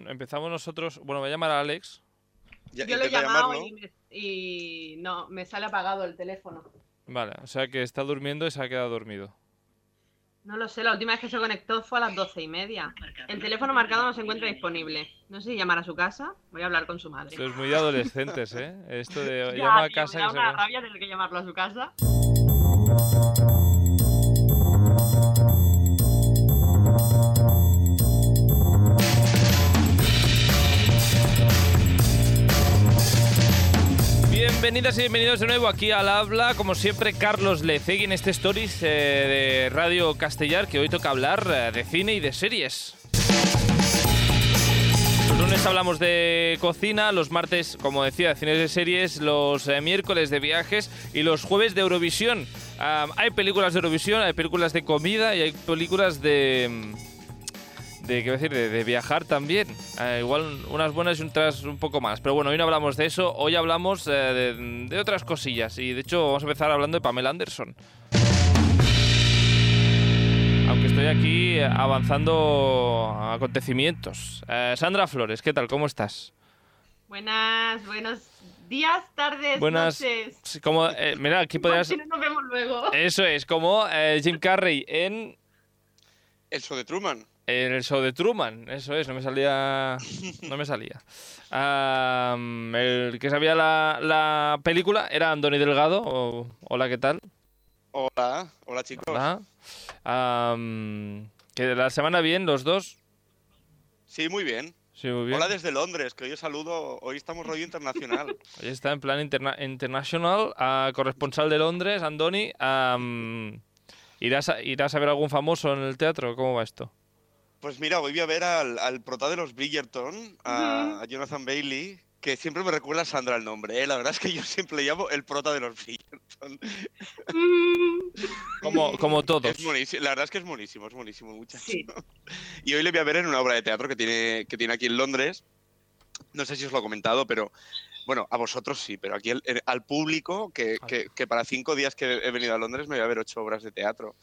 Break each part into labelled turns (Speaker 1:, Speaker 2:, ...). Speaker 1: empezamos nosotros. Bueno, voy a llamar a Alex.
Speaker 2: Ya,
Speaker 3: Yo lo he
Speaker 2: intenta
Speaker 3: llamado
Speaker 2: llamar, ¿no?
Speaker 3: y, me- y no, me sale apagado el teléfono.
Speaker 1: Vale, o sea que está durmiendo y se ha quedado dormido.
Speaker 3: No lo sé, la última vez que se conectó fue a las doce y media. El teléfono marcado no se encuentra disponible. No sé si llamar a su casa. Voy a hablar con su madre.
Speaker 1: Esto es muy de adolescentes, ¿eh? Esto de
Speaker 3: Ya,
Speaker 1: llama a
Speaker 3: tío,
Speaker 1: casa
Speaker 3: me da
Speaker 1: que se
Speaker 3: una
Speaker 1: va.
Speaker 3: rabia tener que llamarlo a su casa.
Speaker 1: Bienvenidas y bienvenidos de nuevo aquí al habla, como siempre Carlos Lecegui en este Stories eh, de Radio Castellar, que hoy toca hablar eh, de cine y de series. Los lunes hablamos de cocina, los martes, como decía, de cines de series, los eh, miércoles de viajes y los jueves de Eurovisión. Ah, hay películas de Eurovisión, hay películas de comida y hay películas de... mm, De, ¿qué voy a decir? de, de viajar también. Ah, igual unas buenas y otras un poco más. Pero bueno, hoy no hablamos de eso, hoy hablamos eh, de, de otras cosillas. Y de hecho vamos a empezar hablando de Pamela Anderson. Aunque estoy aquí avanzando acontecimientos. Eh, Sandra Flores, ¿qué tal? ¿Cómo estás?
Speaker 3: Buenas, buenos días, tardes,
Speaker 1: Buenas.
Speaker 3: noches.
Speaker 1: Sí, Como, eh, mira, aquí podrías...
Speaker 3: Si no nos vemos luego.
Speaker 1: Eso es, como eh, Jim Carrey en,
Speaker 2: El show de Truman.
Speaker 1: en el show de Truman. Eso es, no me salía... No me salía. Ah, el que sabía la, la película era Andoni Delgado. o- hola, ¿qué tal?
Speaker 2: Hola, hola chicos.
Speaker 1: Hola. Ah, que la semana bien, los dos.
Speaker 2: Sí, muy bien.
Speaker 1: Sí, muy bien.
Speaker 2: Hola desde Londres, que hoy os saludo. Hoy estamos rollo internacional.
Speaker 1: Ahí está, en plan interna international, a corresponsal de Londres, Andoni. am, ¿irás, a, ¿Irás a ver algún famoso en el teatro? ¿Cómo va esto?
Speaker 2: Pues mira, hoy voy a ver al, al prota de los Bridgerton, a, a Jonathan Bailey, que siempre me recuerda a Sandra el nombre. ¿eh? La verdad es que yo siempre le llamo el prota de los Bridgerton.
Speaker 3: Mm,
Speaker 1: Como, como todos.
Speaker 2: Es buenísimo, la verdad es que es buenísimo, es buenísimo, muchas.
Speaker 3: sí.
Speaker 2: Y hoy le voy a ver en una obra de teatro que tiene, que tiene aquí en Londres. No sé si os lo he comentado, pero bueno, a vosotros sí, pero aquí el- el- al público, que, que- que para cinco días que he venido a Londres me voy a ver ocho obras de teatro.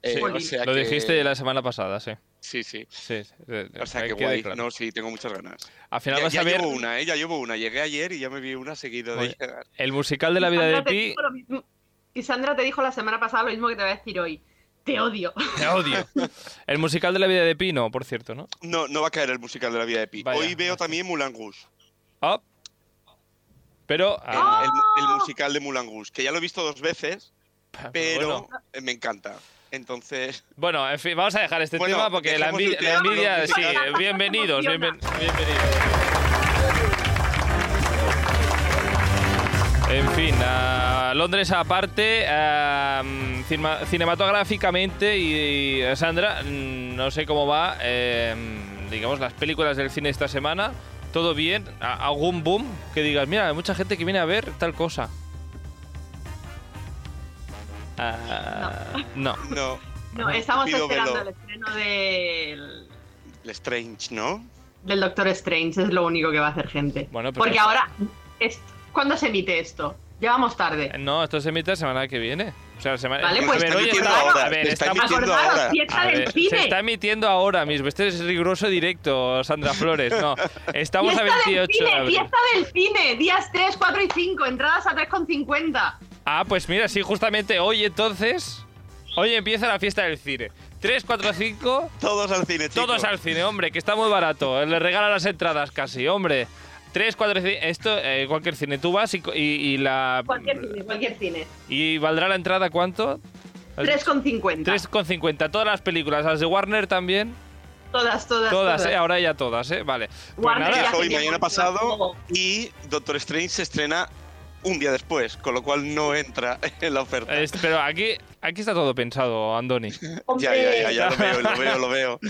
Speaker 2: Eh,
Speaker 1: Sí,
Speaker 2: o sea
Speaker 1: Lo
Speaker 2: que-
Speaker 1: dijiste la semana pasada, sí.
Speaker 2: Sí, sí.
Speaker 1: sí, sí, eh,
Speaker 2: O sea,
Speaker 1: eh,
Speaker 2: que
Speaker 1: quede
Speaker 2: guay.
Speaker 1: claro.
Speaker 2: No, sí, tengo muchas ganas.
Speaker 1: Al final
Speaker 2: Ya,
Speaker 1: vas
Speaker 2: ya
Speaker 1: a ver
Speaker 2: llevo una, ¿eh? Ya llevo una. Llegué ayer y ya me vi una seguido
Speaker 1: Oye.
Speaker 2: de llegar.
Speaker 1: el musical de la vida de
Speaker 3: Sandra te
Speaker 1: Pi.
Speaker 3: dijo lo mismo- Y Sandra te dijo la semana pasada lo mismo que te voy a decir hoy. Te odio.
Speaker 1: Te odio. El musical de la vida de Pi, no, por cierto, ¿no?
Speaker 2: No, no va a caer el musical de la vida de Pi.
Speaker 1: Vaya,
Speaker 2: Hoy veo
Speaker 1: gracias.
Speaker 2: también Moulin Rouge,
Speaker 1: Ah. Pero.
Speaker 2: el,
Speaker 1: ah,
Speaker 2: el- el musical de Moulin Rouge, que ya lo he visto dos veces, pero
Speaker 1: ah, bueno.
Speaker 2: eh, me encanta. Entonces,
Speaker 1: Bueno, en fin, vamos a dejar este
Speaker 2: Bueno,
Speaker 1: tema porque la
Speaker 2: dejemos el
Speaker 1: envidia, la
Speaker 2: tema,
Speaker 1: envidia,
Speaker 2: los
Speaker 1: sí,
Speaker 2: musicales.
Speaker 1: bienvenidos,
Speaker 3: Nos
Speaker 1: bienven-
Speaker 3: emociona.
Speaker 1: bienvenidos. En fin, ah, Londres aparte, ah, mm, cinema- cinematográficamente y, y, Sandra, mm, no sé cómo va, eh, mm, digamos, las películas del cine esta semana, todo bien, ¿A- algún boom que digas, mira, hay mucha gente que viene a ver tal cosa. Ah, no.
Speaker 2: no.
Speaker 3: No, estamos
Speaker 2: Pido
Speaker 3: esperando
Speaker 2: velo.
Speaker 3: el estreno del,
Speaker 2: Strange, ¿no?
Speaker 3: del Doctor Strange. Es lo único que va a hacer gente.
Speaker 1: Bueno, pero
Speaker 3: Porque
Speaker 1: eso-
Speaker 3: ahora, es, ¿cuándo se emite esto? Ya vamos tarde.
Speaker 1: No, esto se emite la semana que viene. O sea, la semana...
Speaker 3: Vale,
Speaker 1: a
Speaker 3: pues-
Speaker 1: ver,
Speaker 3: Está
Speaker 1: hoy
Speaker 2: emitiendo
Speaker 1: está-
Speaker 2: ahora,
Speaker 1: a ver,
Speaker 2: está
Speaker 1: estamos-
Speaker 2: emitiendo ahora.
Speaker 3: Acordaros, fiesta
Speaker 1: a
Speaker 3: del
Speaker 1: ver,
Speaker 3: cine.
Speaker 1: se está emitiendo ahora mismo. Este es riguroso directo, Sandra Flores. No, estamos a
Speaker 3: fiesta
Speaker 1: 28
Speaker 3: del
Speaker 1: de
Speaker 3: cine,
Speaker 1: abril.
Speaker 3: fiesta del cine. Días 3, 4 y 5. Entradas a 3,50.
Speaker 1: Ah, pues mira, sí, justamente hoy entonces... Hoy empieza la fiesta del cine. 3, 4, 5...
Speaker 2: Todos al cine, chicos.
Speaker 1: Todos al cine, hombre, que está muy barato. Le regalan las entradas casi, hombre. 3, 4, 5... Esto, eh, cualquier cine. Tú vas y, co- y, y la...
Speaker 3: Cualquier cine, cualquier cine.
Speaker 1: ¿Y valdrá la entrada cuánto?
Speaker 3: 3,50.
Speaker 1: 3,50. Todas las películas, las de Warner también.
Speaker 3: Todas, todas.
Speaker 1: Todas, ¿eh? ahora ya todas, ¿eh? Vale. Pues
Speaker 3: Warner
Speaker 1: nada,
Speaker 2: Es
Speaker 3: ya
Speaker 2: hoy,
Speaker 3: tenía
Speaker 2: mañana
Speaker 3: mucho
Speaker 2: pasado,
Speaker 3: juego.
Speaker 2: y Doctor Strange se estrena un día después, con lo cual no entra en la oferta.
Speaker 1: es- pero aquí, aquí está todo pensado, Andoni.
Speaker 2: Ya, ya, ya, ya lo veo, lo veo, lo veo.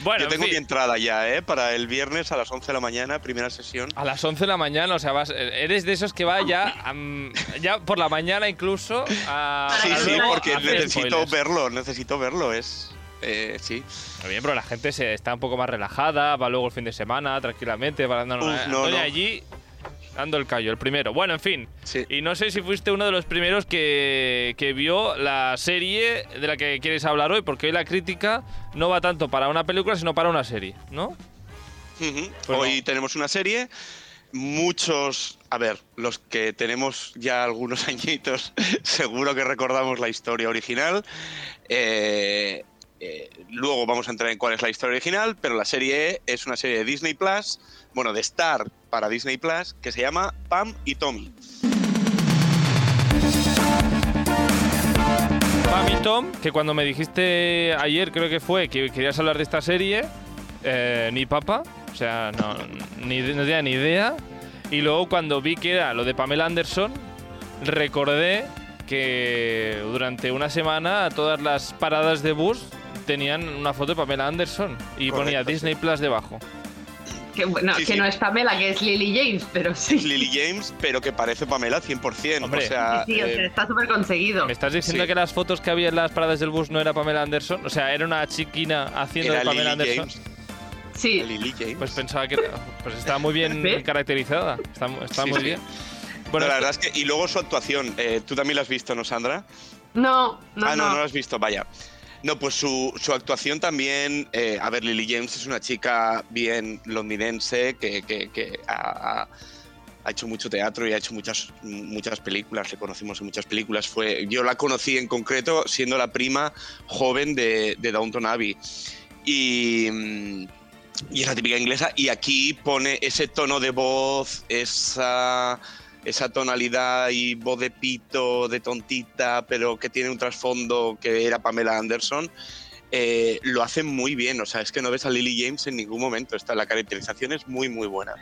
Speaker 1: Bueno,
Speaker 2: Yo
Speaker 1: en
Speaker 2: tengo
Speaker 1: fin,
Speaker 2: mi entrada ya, ¿eh? Para el viernes a las 11 de la mañana, primera sesión.
Speaker 1: a las 11 de la mañana, o sea, vas- eres de esos que va ya, am, ya por la mañana incluso a.
Speaker 2: sí,
Speaker 1: a
Speaker 2: sí,
Speaker 1: luego
Speaker 2: porque
Speaker 1: a hacer
Speaker 2: necesito
Speaker 1: spoilers.
Speaker 2: verlo, necesito verlo, es... eh, sí.
Speaker 1: Está bien, pero la gente se está un poco más relajada, va luego el fin de semana tranquilamente, va andando
Speaker 2: Uf, no,
Speaker 1: Andoni
Speaker 2: no.
Speaker 1: allí dando el callo, el primero. Bueno, en fin.
Speaker 2: sí.
Speaker 1: Y no sé si fuiste uno de los primeros que, que vio la serie de la que quieres hablar hoy, porque hoy la crítica no va tanto para una película, sino para una serie, ¿no?
Speaker 2: Ujú.
Speaker 1: Pues
Speaker 2: Hoy tenemos una serie. Muchos, a ver, los que tenemos ya algunos añitos, seguro que recordamos la historia original. Eh, eh, luego vamos a entrar en cuál es la historia original, pero la serie es una serie de Disney Plus, bueno, de Star para Disney Plus, que se llama Pam y Tommy.
Speaker 1: Mami Tom, que cuando me dijiste ayer, creo que fue, que querías hablar de esta serie, eh, ni papa, o sea, no, ni, no tenía ni idea. Y luego cuando vi que era lo de Pamela Anderson, recordé que durante una semana todas las paradas de bus tenían una foto de Pamela Anderson y
Speaker 2: Correcto,
Speaker 1: ponía
Speaker 2: sí.
Speaker 1: Disney Plus debajo.
Speaker 3: Que bueno,
Speaker 2: Sí,
Speaker 3: que
Speaker 2: sí.
Speaker 3: no es Pamela, que es Lily James, pero sí.
Speaker 2: Es Lily James, pero que parece Pamela 100%.
Speaker 1: Hombre.
Speaker 2: o sea,
Speaker 3: Sí, sí, o sea,
Speaker 2: eh,
Speaker 3: está súper conseguido.
Speaker 1: ¿Me estás diciendo
Speaker 2: Sí.
Speaker 1: que las fotos que había en las paradas del bus no era Pamela Anderson? O sea, era una chiquina haciendo
Speaker 2: era
Speaker 1: de Pamela
Speaker 2: Lily
Speaker 1: Anderson.
Speaker 2: James. era
Speaker 3: Sí.
Speaker 2: Lily James.
Speaker 1: Pues pensaba que pues está muy bien
Speaker 3: ¿Sí?
Speaker 1: caracterizada, está, está
Speaker 2: Sí,
Speaker 1: muy
Speaker 2: sí.
Speaker 1: bien.
Speaker 2: No,
Speaker 1: Bueno,
Speaker 2: la verdad es que. Y luego su actuación. eh, Tú también la has visto, ¿no, Sandra?
Speaker 3: No, no,
Speaker 2: ah, no, no,
Speaker 3: no.
Speaker 2: la has visto, vaya. No, pues su, su actuación también. eh, a ver, Lily James es una chica bien londinense que, que- que ha, ha- ha hecho mucho teatro y ha hecho muchas, muchas películas. Le conocimos en muchas películas. Fue, yo la conocí en concreto siendo la prima joven de, de Downton Abbey. Y. mm, y es la típica inglesa. Y aquí pone ese tono de voz, esa, esa tonalidad y voz de pito, de tontita, pero que tiene un trasfondo que era Pamela Anderson. eh, lo hacen muy bien, o sea, es que no ves a Lily James en ningún momento, está, la caracterización es muy, muy buena.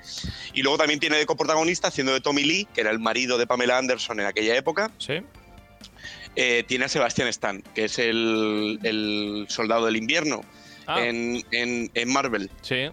Speaker 2: Y luego también tiene de coprotagonista, haciendo de Tommy Lee, que era el marido de Pamela Anderson en aquella época,
Speaker 1: sí.
Speaker 2: eh, tiene a Sebastian Stan, que es el, el soldado del invierno
Speaker 1: Ah,
Speaker 2: en- en- en Marvel.
Speaker 1: sí.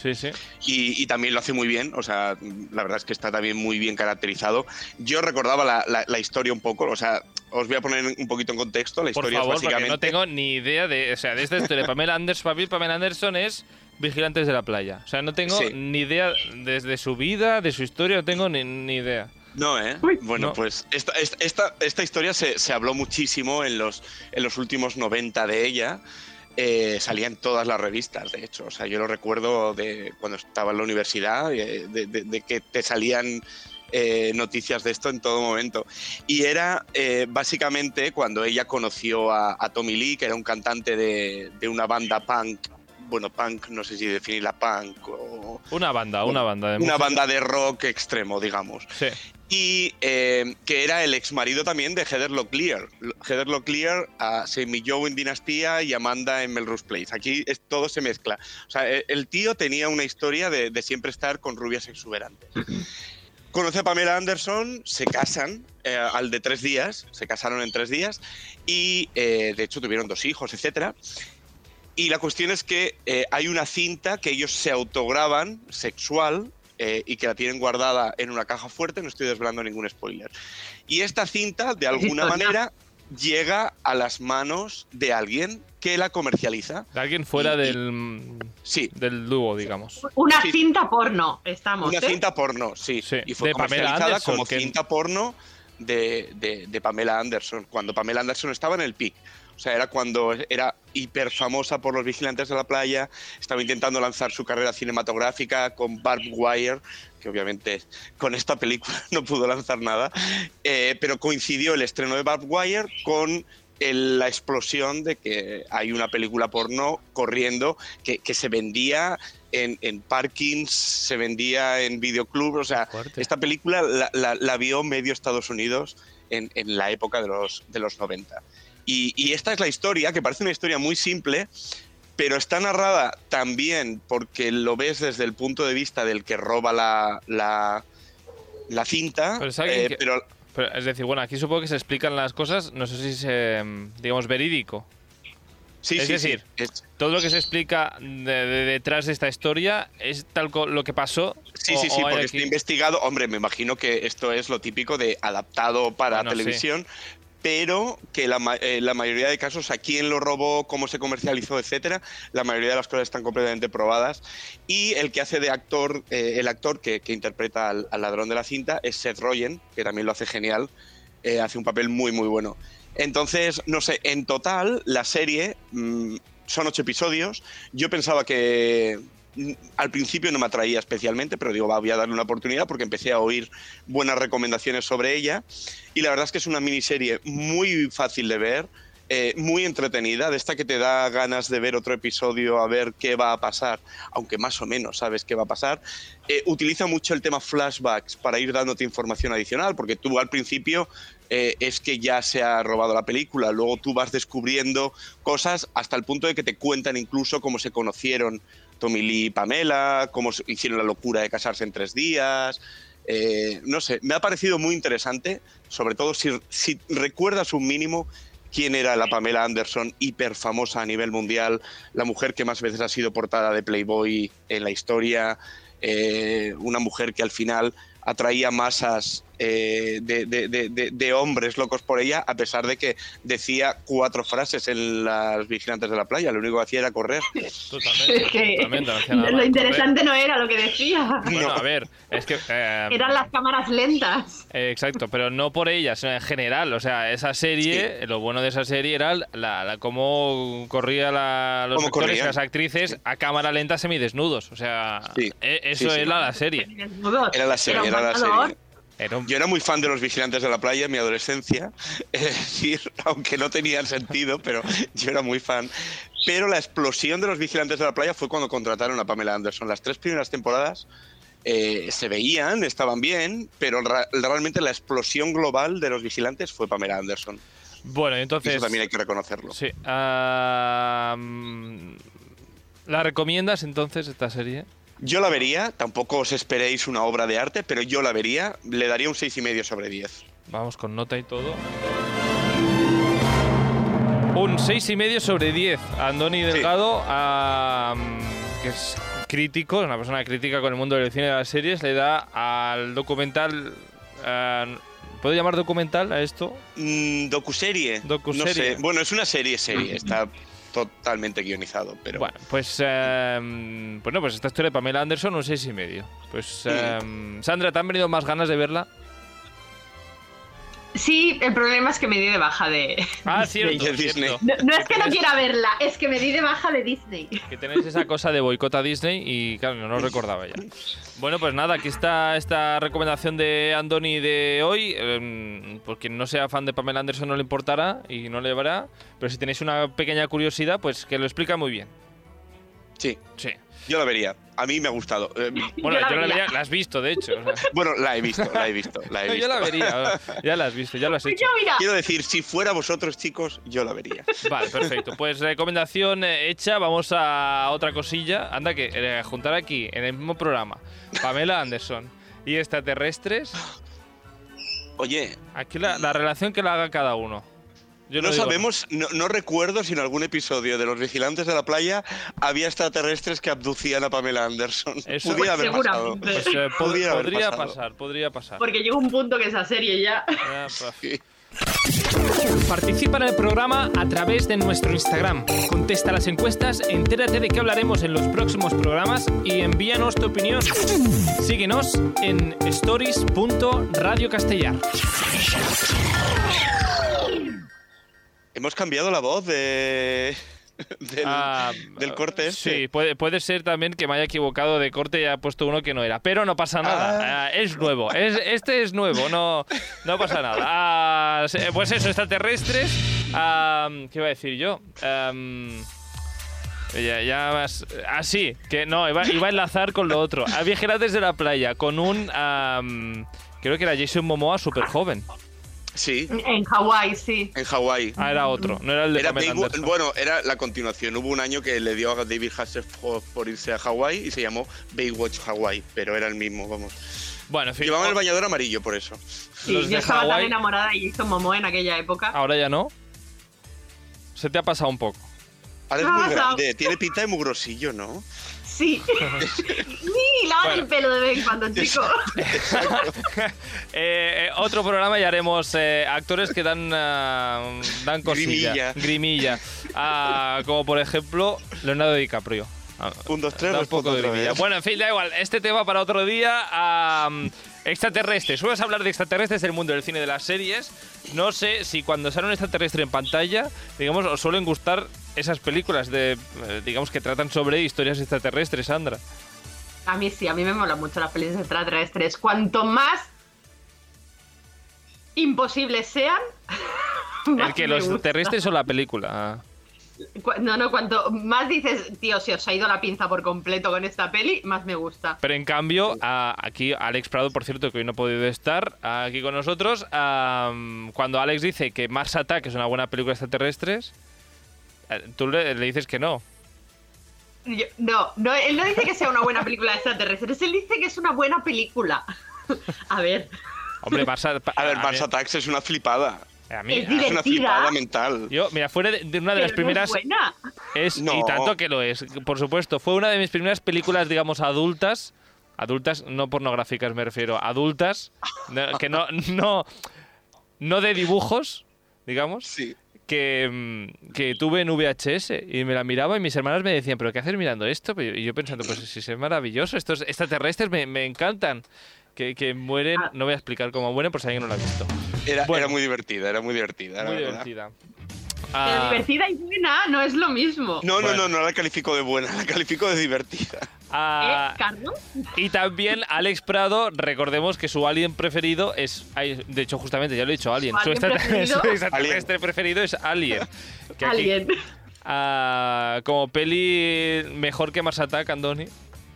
Speaker 1: Sí, sí.
Speaker 2: y, y también lo hace muy bien, o sea, la verdad es que está también muy bien caracterizado. Yo recordaba la, la- la historia un poco, o sea, os voy a poner un poquito en contexto, la
Speaker 1: Por
Speaker 2: historia
Speaker 1: favor,
Speaker 2: es
Speaker 1: porque
Speaker 2: básicamente...
Speaker 1: no tengo ni idea de, o sea, de esta historia. Pamela Anderson, para mí Pamela Anderson es Vigilantes de la Playa. O sea, no tengo
Speaker 2: Sí.
Speaker 1: ni idea desde su vida, de su historia, no tengo ni, ni idea.
Speaker 2: No, ¿eh?
Speaker 3: Uy.
Speaker 2: bueno,
Speaker 1: No.
Speaker 2: pues esta, esta, esta- esta historia se, se habló muchísimo en los, en los últimos 90 de ella. Eh, salía en todas las revistas, de hecho. O sea, yo lo recuerdo de cuando estaba en la universidad, eh, de, de- de que te salían eh, noticias de esto en todo momento. Y era eh, básicamente cuando ella conoció a, a Tommy Lee, que era un cantante de, de una banda punk. Bueno, punk, no sé si definirla punk o
Speaker 1: Una banda,
Speaker 2: Bueno,
Speaker 1: una banda de
Speaker 2: una
Speaker 1: música.
Speaker 2: banda de rock extremo, digamos
Speaker 1: Sí.
Speaker 2: y eh, que era el ex marido también de Heather Locklear. Lo- Heather Locklear ah, se milló en Dinastía y Amanda en Melrose Place. Aquí es- todo se mezcla. O sea, e- el tío tenía una historia de, de siempre estar con rubias exuberantes. Conoce a Pamela Anderson, se casan eh, al de tres días, se casaron en tres días y eh, de hecho tuvieron dos hijos, etcétera. Y la cuestión es que eh, hay una cinta que ellos se autograban sexual eh, y que la tienen guardada en una caja fuerte, no estoy desvelando ningún spoiler. Y esta cinta, de alguna
Speaker 3: historia.
Speaker 2: manera, llega a las manos de alguien que la comercializa.
Speaker 1: De alguien fuera
Speaker 2: Y- y-
Speaker 1: del,
Speaker 2: Sí,
Speaker 1: del dúo, digamos.
Speaker 3: Una
Speaker 2: Sí.
Speaker 3: cinta porno, estamos.
Speaker 2: una
Speaker 3: ¿eh?
Speaker 2: cinta porno, sí.
Speaker 1: Sí,
Speaker 2: Y fue
Speaker 1: de Pamela
Speaker 2: comercializada
Speaker 1: Anderson,
Speaker 2: como
Speaker 1: que-
Speaker 2: cinta porno de, de- de Pamela Anderson, cuando Pamela Anderson estaba en el pic. O sea, era cuando era hiper famosa por los vigilantes de la playa, estaba intentando lanzar su carrera cinematográfica con Barbed Wire, que obviamente con esta película no pudo lanzar nada, eh, pero coincidió el estreno de Barbed Wire con el- la explosión de que hay una película porno corriendo que, que se vendía en, en parkings, se vendía en videoclubs, o sea,
Speaker 1: Fuerte.
Speaker 2: esta película la, la- la vio medio Estados Unidos en, en la época de los, de los 90. Y, y esta es la historia, que parece una historia muy simple, pero está narrada también porque lo ves desde el punto de vista del que roba la, la, la cinta,
Speaker 1: Pero es alguien
Speaker 2: eh,
Speaker 1: que-
Speaker 2: pero
Speaker 1: Pero, es decir, bueno, aquí supongo que se explican las cosas, no sé si es, eh, digamos, verídico.
Speaker 2: sí,
Speaker 1: es
Speaker 2: sí, sí,
Speaker 1: decir,
Speaker 2: es-
Speaker 1: Todo lo que se explica de- de detrás de esta historia es tal co- lo que pasó.
Speaker 2: Sí,
Speaker 1: o-
Speaker 2: sí, sí,
Speaker 1: o hay
Speaker 2: porque
Speaker 1: aquí-
Speaker 2: está investigado. Hombre, me imagino que esto es lo típico de adaptado para
Speaker 1: Bueno, sí.
Speaker 2: televisión, pero que la, ma- eh, la mayoría de casos, a quién lo robó, cómo se comercializó, etcétera, la mayoría de las cosas están completamente probadas. Y el que hace de actor, eh, el actor que, que interpreta al, al ladrón de la cinta es Seth Rogen, que también lo hace genial, eh, hace un papel muy, muy bueno. Entonces, no sé, en total, la serie mm, son ocho episodios. Yo pensaba que, al principio no me atraía especialmente, pero digo, va, voy a darle una oportunidad porque empecé a oír buenas recomendaciones sobre ella. Y la verdad es que es una miniserie muy fácil de ver, eh, muy entretenida, de esta que te da ganas de ver otro episodio a ver qué va a pasar, aunque más o menos sabes qué va a pasar. Eh, utiliza mucho el tema flashbacks para ir dándote información adicional, porque tú al principio eh, es que ya se ha robado la película, luego tú vas descubriendo cosas hasta el punto de que te cuentan incluso cómo se conocieron Tommy Lee y Pamela, cómo se- hicieron la locura de casarse en tres días. Eh, no sé, me ha parecido muy interesante, sobre todo si, si recuerdas un mínimo quién era la Pamela Anderson, hiper famosa a nivel mundial, la mujer que más veces ha sido portada de Playboy en la historia, eh, una mujer que al final atraía masas eh, de, de- de- de- de hombres locos por ella, a pesar de que decía cuatro frases en las vigilantes de la playa, lo único que hacía era correr.
Speaker 3: Es
Speaker 1: Totalmente.
Speaker 3: que
Speaker 1: totalmente, no hacía nada
Speaker 3: lo
Speaker 1: más.
Speaker 3: interesante no era lo que decía,
Speaker 1: Bueno,
Speaker 2: No.
Speaker 1: a ver, es que. eh,
Speaker 3: eran las cámaras lentas.
Speaker 1: eh, exacto, pero no por ella, sino en general. O sea, esa serie, lo bueno de esa serie era la, la- cómo corría la, los
Speaker 2: Cómo
Speaker 1: actores y
Speaker 2: corrían.
Speaker 1: las actrices a cámara lenta semidesnudos. O sea,
Speaker 2: Sí,
Speaker 1: e- eso
Speaker 2: sí, sí.
Speaker 1: era la serie.
Speaker 3: Desnudos.
Speaker 2: Era la serie,
Speaker 3: un
Speaker 2: era la
Speaker 3: matador.
Speaker 2: serie.
Speaker 1: Era un-
Speaker 2: Yo era muy fan de los vigilantes de la playa en mi adolescencia, es decir, aunque no tenía sentido, pero yo era muy fan. Pero la explosión de los vigilantes de la playa fue cuando contrataron a Pamela Anderson. Las tres primeras temporadas eh, se veían, estaban bien, pero ra- realmente la explosión global de los vigilantes fue Pamela Anderson.
Speaker 1: Bueno, y
Speaker 2: Y
Speaker 1: entonces.
Speaker 2: eso también hay que reconocerlo.
Speaker 1: Sí. ah, mm, ¿La recomiendas entonces esta serie?
Speaker 2: Yo la vería, tampoco os esperéis una obra de arte, pero yo la vería, le daría un 6,5 sobre 10.
Speaker 1: Vamos con nota y todo. Un 6,5 y medio sobre 10. Andoni Delgado, am, que es crítico, es una persona crítica con el mundo del cine y de las series, le da al documental. ah, ¿Puedo llamar documental a esto?
Speaker 2: Mm, docuserie.
Speaker 1: Docuserie.
Speaker 2: No sé. Bueno, es una serie, serie. Está totalmente guionizado, pero.
Speaker 1: Bueno, pues, em, pues no, pues esta historia de Pamela Anderson, un 6,5 y medio. Pues em, Sandra, ¿te han venido más ganas de verla?
Speaker 3: Sí, el problema es que me di de baja de...
Speaker 1: Ah, cierto,
Speaker 2: De Disney.
Speaker 1: cierto.
Speaker 3: No, no es que no quiera verla, es que me di de baja de Disney.
Speaker 1: Que tenéis esa cosa de boicot a Disney y claro, no lo recordaba ya. Bueno, pues nada, aquí está esta recomendación de Andoni de hoy. Em, por quien no sea fan de Pamela Anderson no le importará y no le llevará. Pero si tenéis una pequeña curiosidad, pues que lo explica muy bien.
Speaker 2: Sí,
Speaker 1: Sí.
Speaker 2: yo la vería. A mí me ha gustado. Eh,
Speaker 1: Bueno,
Speaker 3: Yo la
Speaker 1: yo la,
Speaker 3: vería.
Speaker 1: vería- la has visto, de hecho. o sea.
Speaker 2: bueno, la he visto, la he visto, la he
Speaker 1: No,
Speaker 2: visto.
Speaker 1: yo la vería. Ya la has visto, ya lo has
Speaker 3: Pues
Speaker 1: hecho.
Speaker 3: yo, mira,
Speaker 2: Quiero decir, si fuera vosotros, chicos, yo la vería.
Speaker 1: Vale, perfecto. Pues recomendación eh, hecha, vamos a otra cosilla. Anda, que eh, juntar aquí, en el mismo programa, Pamela Anderson y extraterrestres.
Speaker 2: Oye,
Speaker 1: Aquí la, la relación que la haga cada uno. Yo
Speaker 2: no
Speaker 1: lo digo.
Speaker 2: sabemos, no, no recuerdo si en algún episodio de Los Vigilantes de la Playa había extraterrestres que abducían a Pamela Anderson.
Speaker 1: Eso-
Speaker 2: Pudiera haber pasado.
Speaker 3: Seguramente.
Speaker 1: Pues, eh, pod-
Speaker 2: Podría
Speaker 1: podría
Speaker 2: haber pasado.
Speaker 1: pasar, podría pasar.
Speaker 3: porque llegó un punto que esa serie ya...
Speaker 1: Ah, pa-
Speaker 4: Eh, pues, Participa en el programa a través de nuestro Instagram. Contesta las encuestas, entérate de qué hablaremos en los próximos programas y envíanos tu opinión. Síguenos en stories.radiocastellar.
Speaker 2: Hemos cambiado la voz de. del-
Speaker 1: ah,
Speaker 2: del corte este.
Speaker 1: Sí, puede, puede ser también que me haya equivocado de corte y haya puesto uno que no era. Pero no pasa nada. Ah, es nuevo. Es, este es nuevo. No, no pasa nada. Ah, sí, pues eso, extraterrestres. Ah, ¿Qué iba a decir yo? Am, ya, ya más. Así, que no, iba, iba a enlazar con lo otro. A Vigilantes de la Playa, con un. am, creo que era Jason Momoa súper joven.
Speaker 2: Sí,
Speaker 3: En Hawái, sí.
Speaker 2: en Hawái.
Speaker 1: Ah, era otro, no era el de
Speaker 2: Era
Speaker 1: Pamela
Speaker 2: Big-
Speaker 1: Anderson.
Speaker 2: bueno, era la continuación. Hubo un año que le dio a David Hasselhoff por irse a Hawái y se llamó Baywatch Hawái, pero era el mismo, vamos.
Speaker 1: Bueno, en fin,
Speaker 2: Llevaban el bañador amarillo por eso.
Speaker 3: Sí,
Speaker 1: Los de
Speaker 3: yo estaba tan
Speaker 1: Hawái. Ah.
Speaker 3: enamorada de Jason Momoa en aquella época.
Speaker 1: ahora ya no. Se te ha pasado un poco.
Speaker 2: Ahora es muy
Speaker 3: Ah,
Speaker 2: grande, tiene pinta de mugrosillo, ¿no?
Speaker 3: Sí. sí, lava
Speaker 1: Bueno.
Speaker 3: el pelo de vez en cuando, chico.
Speaker 1: Eh, eh, otro programa y haremos eh, actores que dan, ah, dan cosilla.
Speaker 2: Grimilla.
Speaker 1: Grimilla. Ah, como por ejemplo Leonardo DiCaprio. Ah,
Speaker 2: Un, dos, tres,
Speaker 1: da un poco
Speaker 2: respondo
Speaker 1: de
Speaker 2: otra
Speaker 1: grimilla.
Speaker 2: vez.
Speaker 1: Bueno, en fin, da igual. Este tema para otro día. ah, extraterrestres. Sueles hablar de extraterrestres del mundo del cine y de las series. No sé si cuando sale un extraterrestre en pantalla, digamos, os suelen gustar esas películas de, eh, digamos, que tratan sobre historias extraterrestres, Sandra.
Speaker 3: A mí sí, a mí me molan mucho las pelis de extraterrestres. Cuanto más imposibles sean, más
Speaker 1: El que
Speaker 3: me
Speaker 1: los
Speaker 3: gusta.
Speaker 1: terrestres o la película.
Speaker 3: Cu- No, no, cuanto más dices, tío, se os ha ido la pinza por completo con esta peli, más me gusta.
Speaker 1: Pero en cambio, a- aquí Alex Prado, por cierto, que hoy no ha podido estar aquí con nosotros, am, cuando Alex dice que Mars Attack es una buena película de extraterrestres, eh, tú le, le dices que no.
Speaker 3: Yo- no, no, él no dice que sea una buena película de extraterrestres, él dice que es una buena película. A ver,
Speaker 1: Hombre, Mars Attack...
Speaker 2: A ver, Mars
Speaker 1: mí-
Speaker 2: Attacks es una flipada.
Speaker 1: a mí-
Speaker 3: Es
Speaker 1: a-
Speaker 2: Es una
Speaker 3: Mentira.
Speaker 2: flipada mental.
Speaker 1: yo, mira, fuera de, de una de las
Speaker 3: pero Eh, no
Speaker 1: primeras...
Speaker 3: es buena.
Speaker 1: Es,
Speaker 2: No.
Speaker 1: Y tanto que lo es, por supuesto. Fue una de mis primeras películas, digamos, adultas. Adultas, no pornográficas me refiero. Adultas, no- que no, no, no de dibujos, digamos,
Speaker 2: Sí.
Speaker 1: que, mm, que tuve en VHS. Y me la miraba y mis hermanas me decían, ¿pero qué haces mirando esto? Pero yo- Y yo pensando, pues si es maravilloso, estos extraterrestres me, me encantan. Que, que mueren,
Speaker 3: Ah.
Speaker 1: no voy a explicar cómo mueren por si alguien no lo ha visto.
Speaker 2: Era,
Speaker 1: Bueno.
Speaker 2: era muy divertida, era muy divertida. la
Speaker 1: Muy
Speaker 2: verdad.
Speaker 1: divertida.
Speaker 3: Pero
Speaker 1: Ah,
Speaker 3: divertida y buena no es lo mismo. ¿Eh,
Speaker 2: No,
Speaker 1: Bueno.
Speaker 2: no, no, no la califico de buena, la califico de divertida.
Speaker 1: ah,
Speaker 3: ¿Eh, Carlos?
Speaker 1: Y también Alex Prado, recordemos que su alien preferido es. ay, De hecho, justamente ya lo he dicho, alien.
Speaker 3: ¿Su
Speaker 1: Su,
Speaker 3: alien
Speaker 1: extrate-
Speaker 3: preferido?
Speaker 1: su extraterrestre preferido es alien. Que aquí,
Speaker 3: Alguien.
Speaker 1: ah, como peli mejor que Mars Attack, Andoni.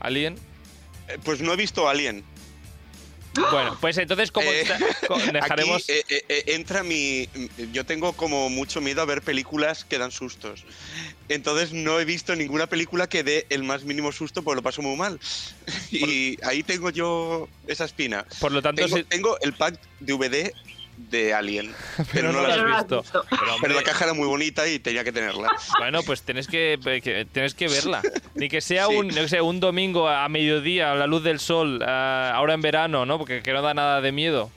Speaker 1: Alien.
Speaker 2: Eh, Pues no he visto Alien.
Speaker 1: Bueno, pues entonces, como.
Speaker 2: Eh,
Speaker 1: está- co- dejaremos.
Speaker 2: Aquí eh, eh, eh, entra mi. Yo tengo como mucho miedo a ver películas que dan sustos. Entonces no he visto ninguna película que dé el más mínimo susto porque lo paso muy mal. Y ahí tengo yo esa espina.
Speaker 1: por lo tanto,
Speaker 2: Tengo,
Speaker 1: si-
Speaker 2: tengo el pack DVD de Alien, pero,
Speaker 1: pero
Speaker 2: no
Speaker 1: no
Speaker 2: la
Speaker 1: lo
Speaker 3: Pero no
Speaker 1: has
Speaker 3: la has
Speaker 1: visto.
Speaker 3: visto.
Speaker 1: Pero, hombre,
Speaker 2: Pero la caja era muy bonita y tenía que tenerla.
Speaker 1: Bueno, pues tienes que, que- tienes que verla. Ni que sea
Speaker 2: Sí.
Speaker 1: un, no sé, un domingo a mediodía, a la luz del sol, ah, ahora en verano, ¿no? Porque que no da nada de miedo.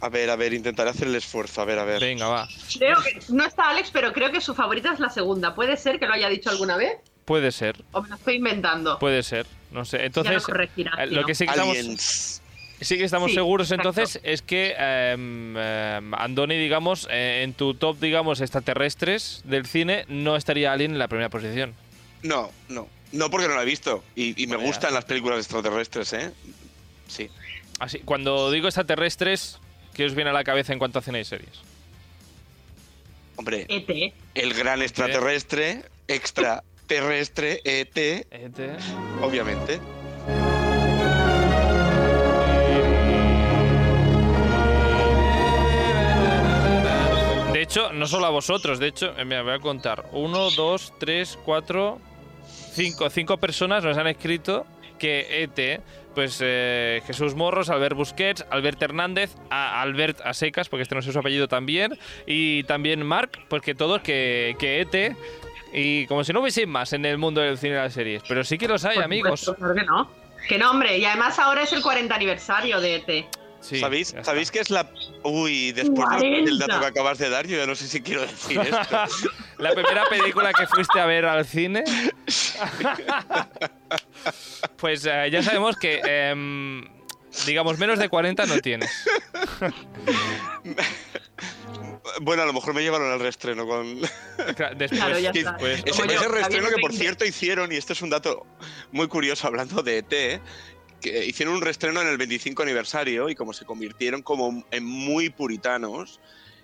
Speaker 2: A ver, a ver, intentaré hacer el esfuerzo. A ver, a ver.
Speaker 1: Venga, va.
Speaker 3: Creo que, no está Alex, pero creo que su favorita es la segunda. ¿Puede ser que lo haya dicho alguna vez?
Speaker 1: Puede ser.
Speaker 3: ¿O me lo estoy inventando?
Speaker 1: Puede ser, no sé. Pues Entonces,
Speaker 3: corregirás,
Speaker 1: eh, lo
Speaker 3: tío.
Speaker 1: que sí que estamos,
Speaker 2: Aliens.
Speaker 1: sí que estamos
Speaker 3: Sí,
Speaker 1: seguros
Speaker 3: exacto.
Speaker 1: entonces es que em, em, Andoni, digamos, eh, en tu top, digamos, extraterrestres del cine, no estaría Alien en la primera posición.
Speaker 2: No, no. No porque no la he visto. Y, y me
Speaker 1: Vaya.
Speaker 2: gustan las películas extraterrestres, ¿eh? Sí.
Speaker 1: Así, cuando digo extraterrestres, ¿qué os viene a la cabeza en cuanto a cine y series?
Speaker 2: Hombre,
Speaker 1: Eh,
Speaker 3: ET.
Speaker 2: el gran extraterrestre, extraterrestre, ET,
Speaker 3: Este.
Speaker 1: ET.
Speaker 2: obviamente.
Speaker 1: De hecho, no solo a vosotros, de hecho, eh, mira, voy a contar. Uno, dos, tres, cuatro, cinco. Cinco personas nos han escrito que ET, pues eh, Jesús Morros, Albert Busquets, Albert Hernández, a- Albert a secas, porque este no sé su apellido también, y también Marc, porque todos que, que ET, y como si no hubiese más en el mundo del cine y las series, pero sí que los hay,
Speaker 3: Por
Speaker 1: amigos.
Speaker 3: supuesto, claro que no. Que no, hombre. Y además ahora es el 40 aniversario de E ET.
Speaker 1: Sí,
Speaker 2: ¿Sabéis,
Speaker 1: ya está.
Speaker 2: ¿Sabéis que es la. Uy, después del- del dato que
Speaker 3: 40.
Speaker 2: acabas de dar, yo ya no sé si quiero decir esto.
Speaker 1: La primera película que fuiste a ver al cine. Pues eh, ya sabemos que, em, digamos, menos de 40 no tienes.
Speaker 2: bueno, a lo mejor me llevaron al reestreno con.
Speaker 1: Cla- Después,
Speaker 3: Claro, ya está.
Speaker 1: después.
Speaker 2: Ese,
Speaker 3: Como yo,
Speaker 2: ese
Speaker 3: la vi en
Speaker 2: reestreno que, por
Speaker 3: 20.
Speaker 2: cierto, hicieron, y este es un dato muy curioso hablando de ET, ¿eh? que hicieron un reestreno en el 25 aniversario y como se convirtieron como en muy puritanos,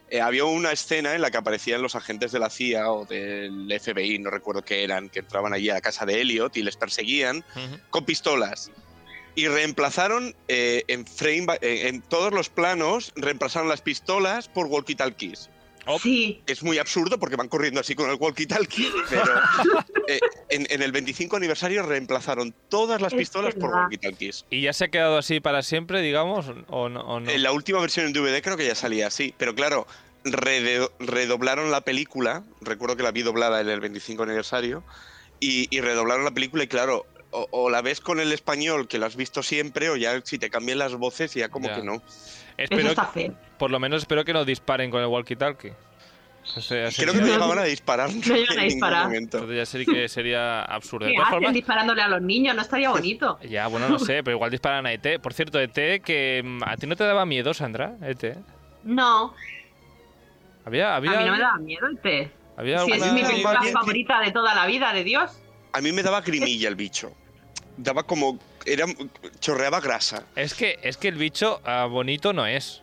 Speaker 2: eh, había una escena en la que aparecían los agentes de la CIA o del FBI, no recuerdo qué eran, que entraban allí a la casa de Elliot y les perseguían
Speaker 1: Ujú.
Speaker 2: con pistolas. Y reemplazaron eh, en, frame by- eh, en todos los planos, reemplazaron las pistolas por walkie-talkies
Speaker 1: Oh.
Speaker 3: Sí.
Speaker 2: es muy absurdo porque van corriendo así con el walkie-talkie, pero eh, en, en el 25 aniversario reemplazaron todas las
Speaker 3: Es
Speaker 2: pistolas por
Speaker 3: verdad.
Speaker 2: walkie-talkies.
Speaker 1: ¿Y ya se ha quedado así para siempre, digamos? ¿O no? o no?
Speaker 2: En la última versión en DVD creo que ya salía así, pero claro, rede- redoblaron la película, recuerdo que la vi doblada en el 25 aniversario, y, y redoblaron la película y claro, o, o la ves con el español que la has visto siempre, o ya si te cambian las voces ya como
Speaker 1: Ya.
Speaker 2: que no.
Speaker 3: Eso
Speaker 1: Espero,
Speaker 3: está feo.
Speaker 1: por lo menos espero que no disparen con el walkie-talkie. Eso sería-
Speaker 2: Creo que no
Speaker 3: No,
Speaker 2: llegaban a disparar.
Speaker 3: no llegan a
Speaker 2: en ningún
Speaker 3: disparar.
Speaker 2: momento.
Speaker 1: entonces ya sería, que sería absurdo. De
Speaker 3: ¿Qué
Speaker 1: todas
Speaker 3: hacen
Speaker 1: formas,
Speaker 3: disparándole a los niños? No estaría bonito.
Speaker 1: ya, bueno, no sé, pero igual disparan a ET. Por cierto, ET, que mm, a ti no te daba miedo, Sandra, ET.
Speaker 3: No.
Speaker 1: Había,
Speaker 3: A
Speaker 1: había ¿eh?
Speaker 3: mí no me daba miedo ET.
Speaker 1: Había
Speaker 3: Si es
Speaker 1: alguna-
Speaker 3: mi
Speaker 2: Sí,
Speaker 3: película
Speaker 2: sí.
Speaker 3: favorita de toda la vida, de Dios.
Speaker 2: A mí me daba grimilla el bicho. Daba como. Era, chorreaba grasa.
Speaker 1: Es que, es que el bicho ah, bonito no es.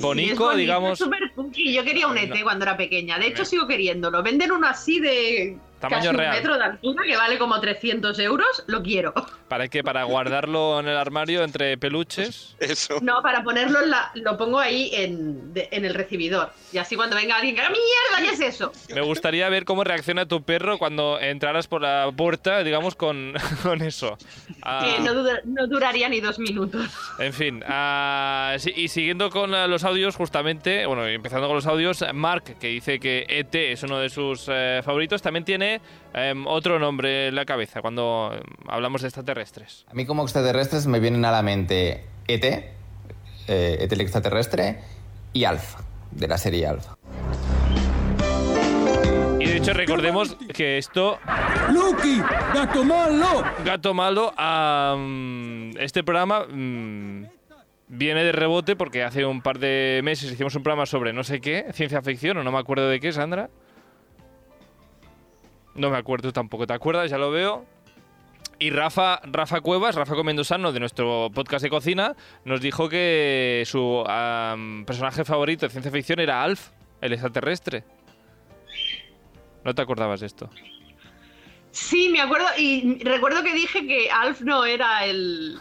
Speaker 1: Boni-
Speaker 3: Y
Speaker 1: Nico,
Speaker 3: es bonito,
Speaker 1: digamos-
Speaker 3: es súper cookie. Yo quería un
Speaker 1: Ay, no.
Speaker 3: ET cuando era pequeña. De hecho,
Speaker 1: Bien.
Speaker 3: sigo queriéndolo. Venden uno así de
Speaker 1: Tamaño
Speaker 3: casi
Speaker 1: real.
Speaker 3: un metro de altura que vale como 300 euros. Lo quiero.
Speaker 1: ¿Para qué? ¿Para guardarlo en el armario entre peluches?
Speaker 2: Eso.
Speaker 3: No, para ponerlo en la- lo pongo ahí en, de- en el recibidor. Y así cuando venga alguien que diga, ¡mierda, qué es eso!
Speaker 1: Me gustaría ver cómo reacciona tu perro cuando entraras por la puerta, digamos, con, con eso. Ah,
Speaker 3: Que Eh, no, dura- no duraría ni dos minutos.
Speaker 1: en fin. ah, sí, y siguiendo con ah, los audios, justamente, bueno, y empezando con los audios, Mark, que dice que ET es uno de sus eh, favoritos, también tiene em, otro nombre en la cabeza cuando em, hablamos de extraterrestres.
Speaker 5: A mí como extraterrestres me vienen a la mente ET, eh, ET E el extraterrestre, y Alf, de la serie Alf.
Speaker 1: Y de hecho, recordemos que esto
Speaker 6: Lucky, gato malo.
Speaker 1: Gato Malo, am, este programa mm, viene de rebote porque hace un par de meses hicimos un programa sobre no sé qué, ciencia ficción, o no me acuerdo de qué, Sandra. No me acuerdo tampoco, ¿te acuerdas? Ya lo veo. Y Rafa, Rafa Cuevas, Rafa Comendosano, de nuestro podcast de cocina, nos dijo que su am, personaje favorito de ciencia ficción era Alf, el extraterrestre. ¿No te acordabas de esto?
Speaker 3: Sí, me acuerdo. Y recuerdo que dije que Alf no era el,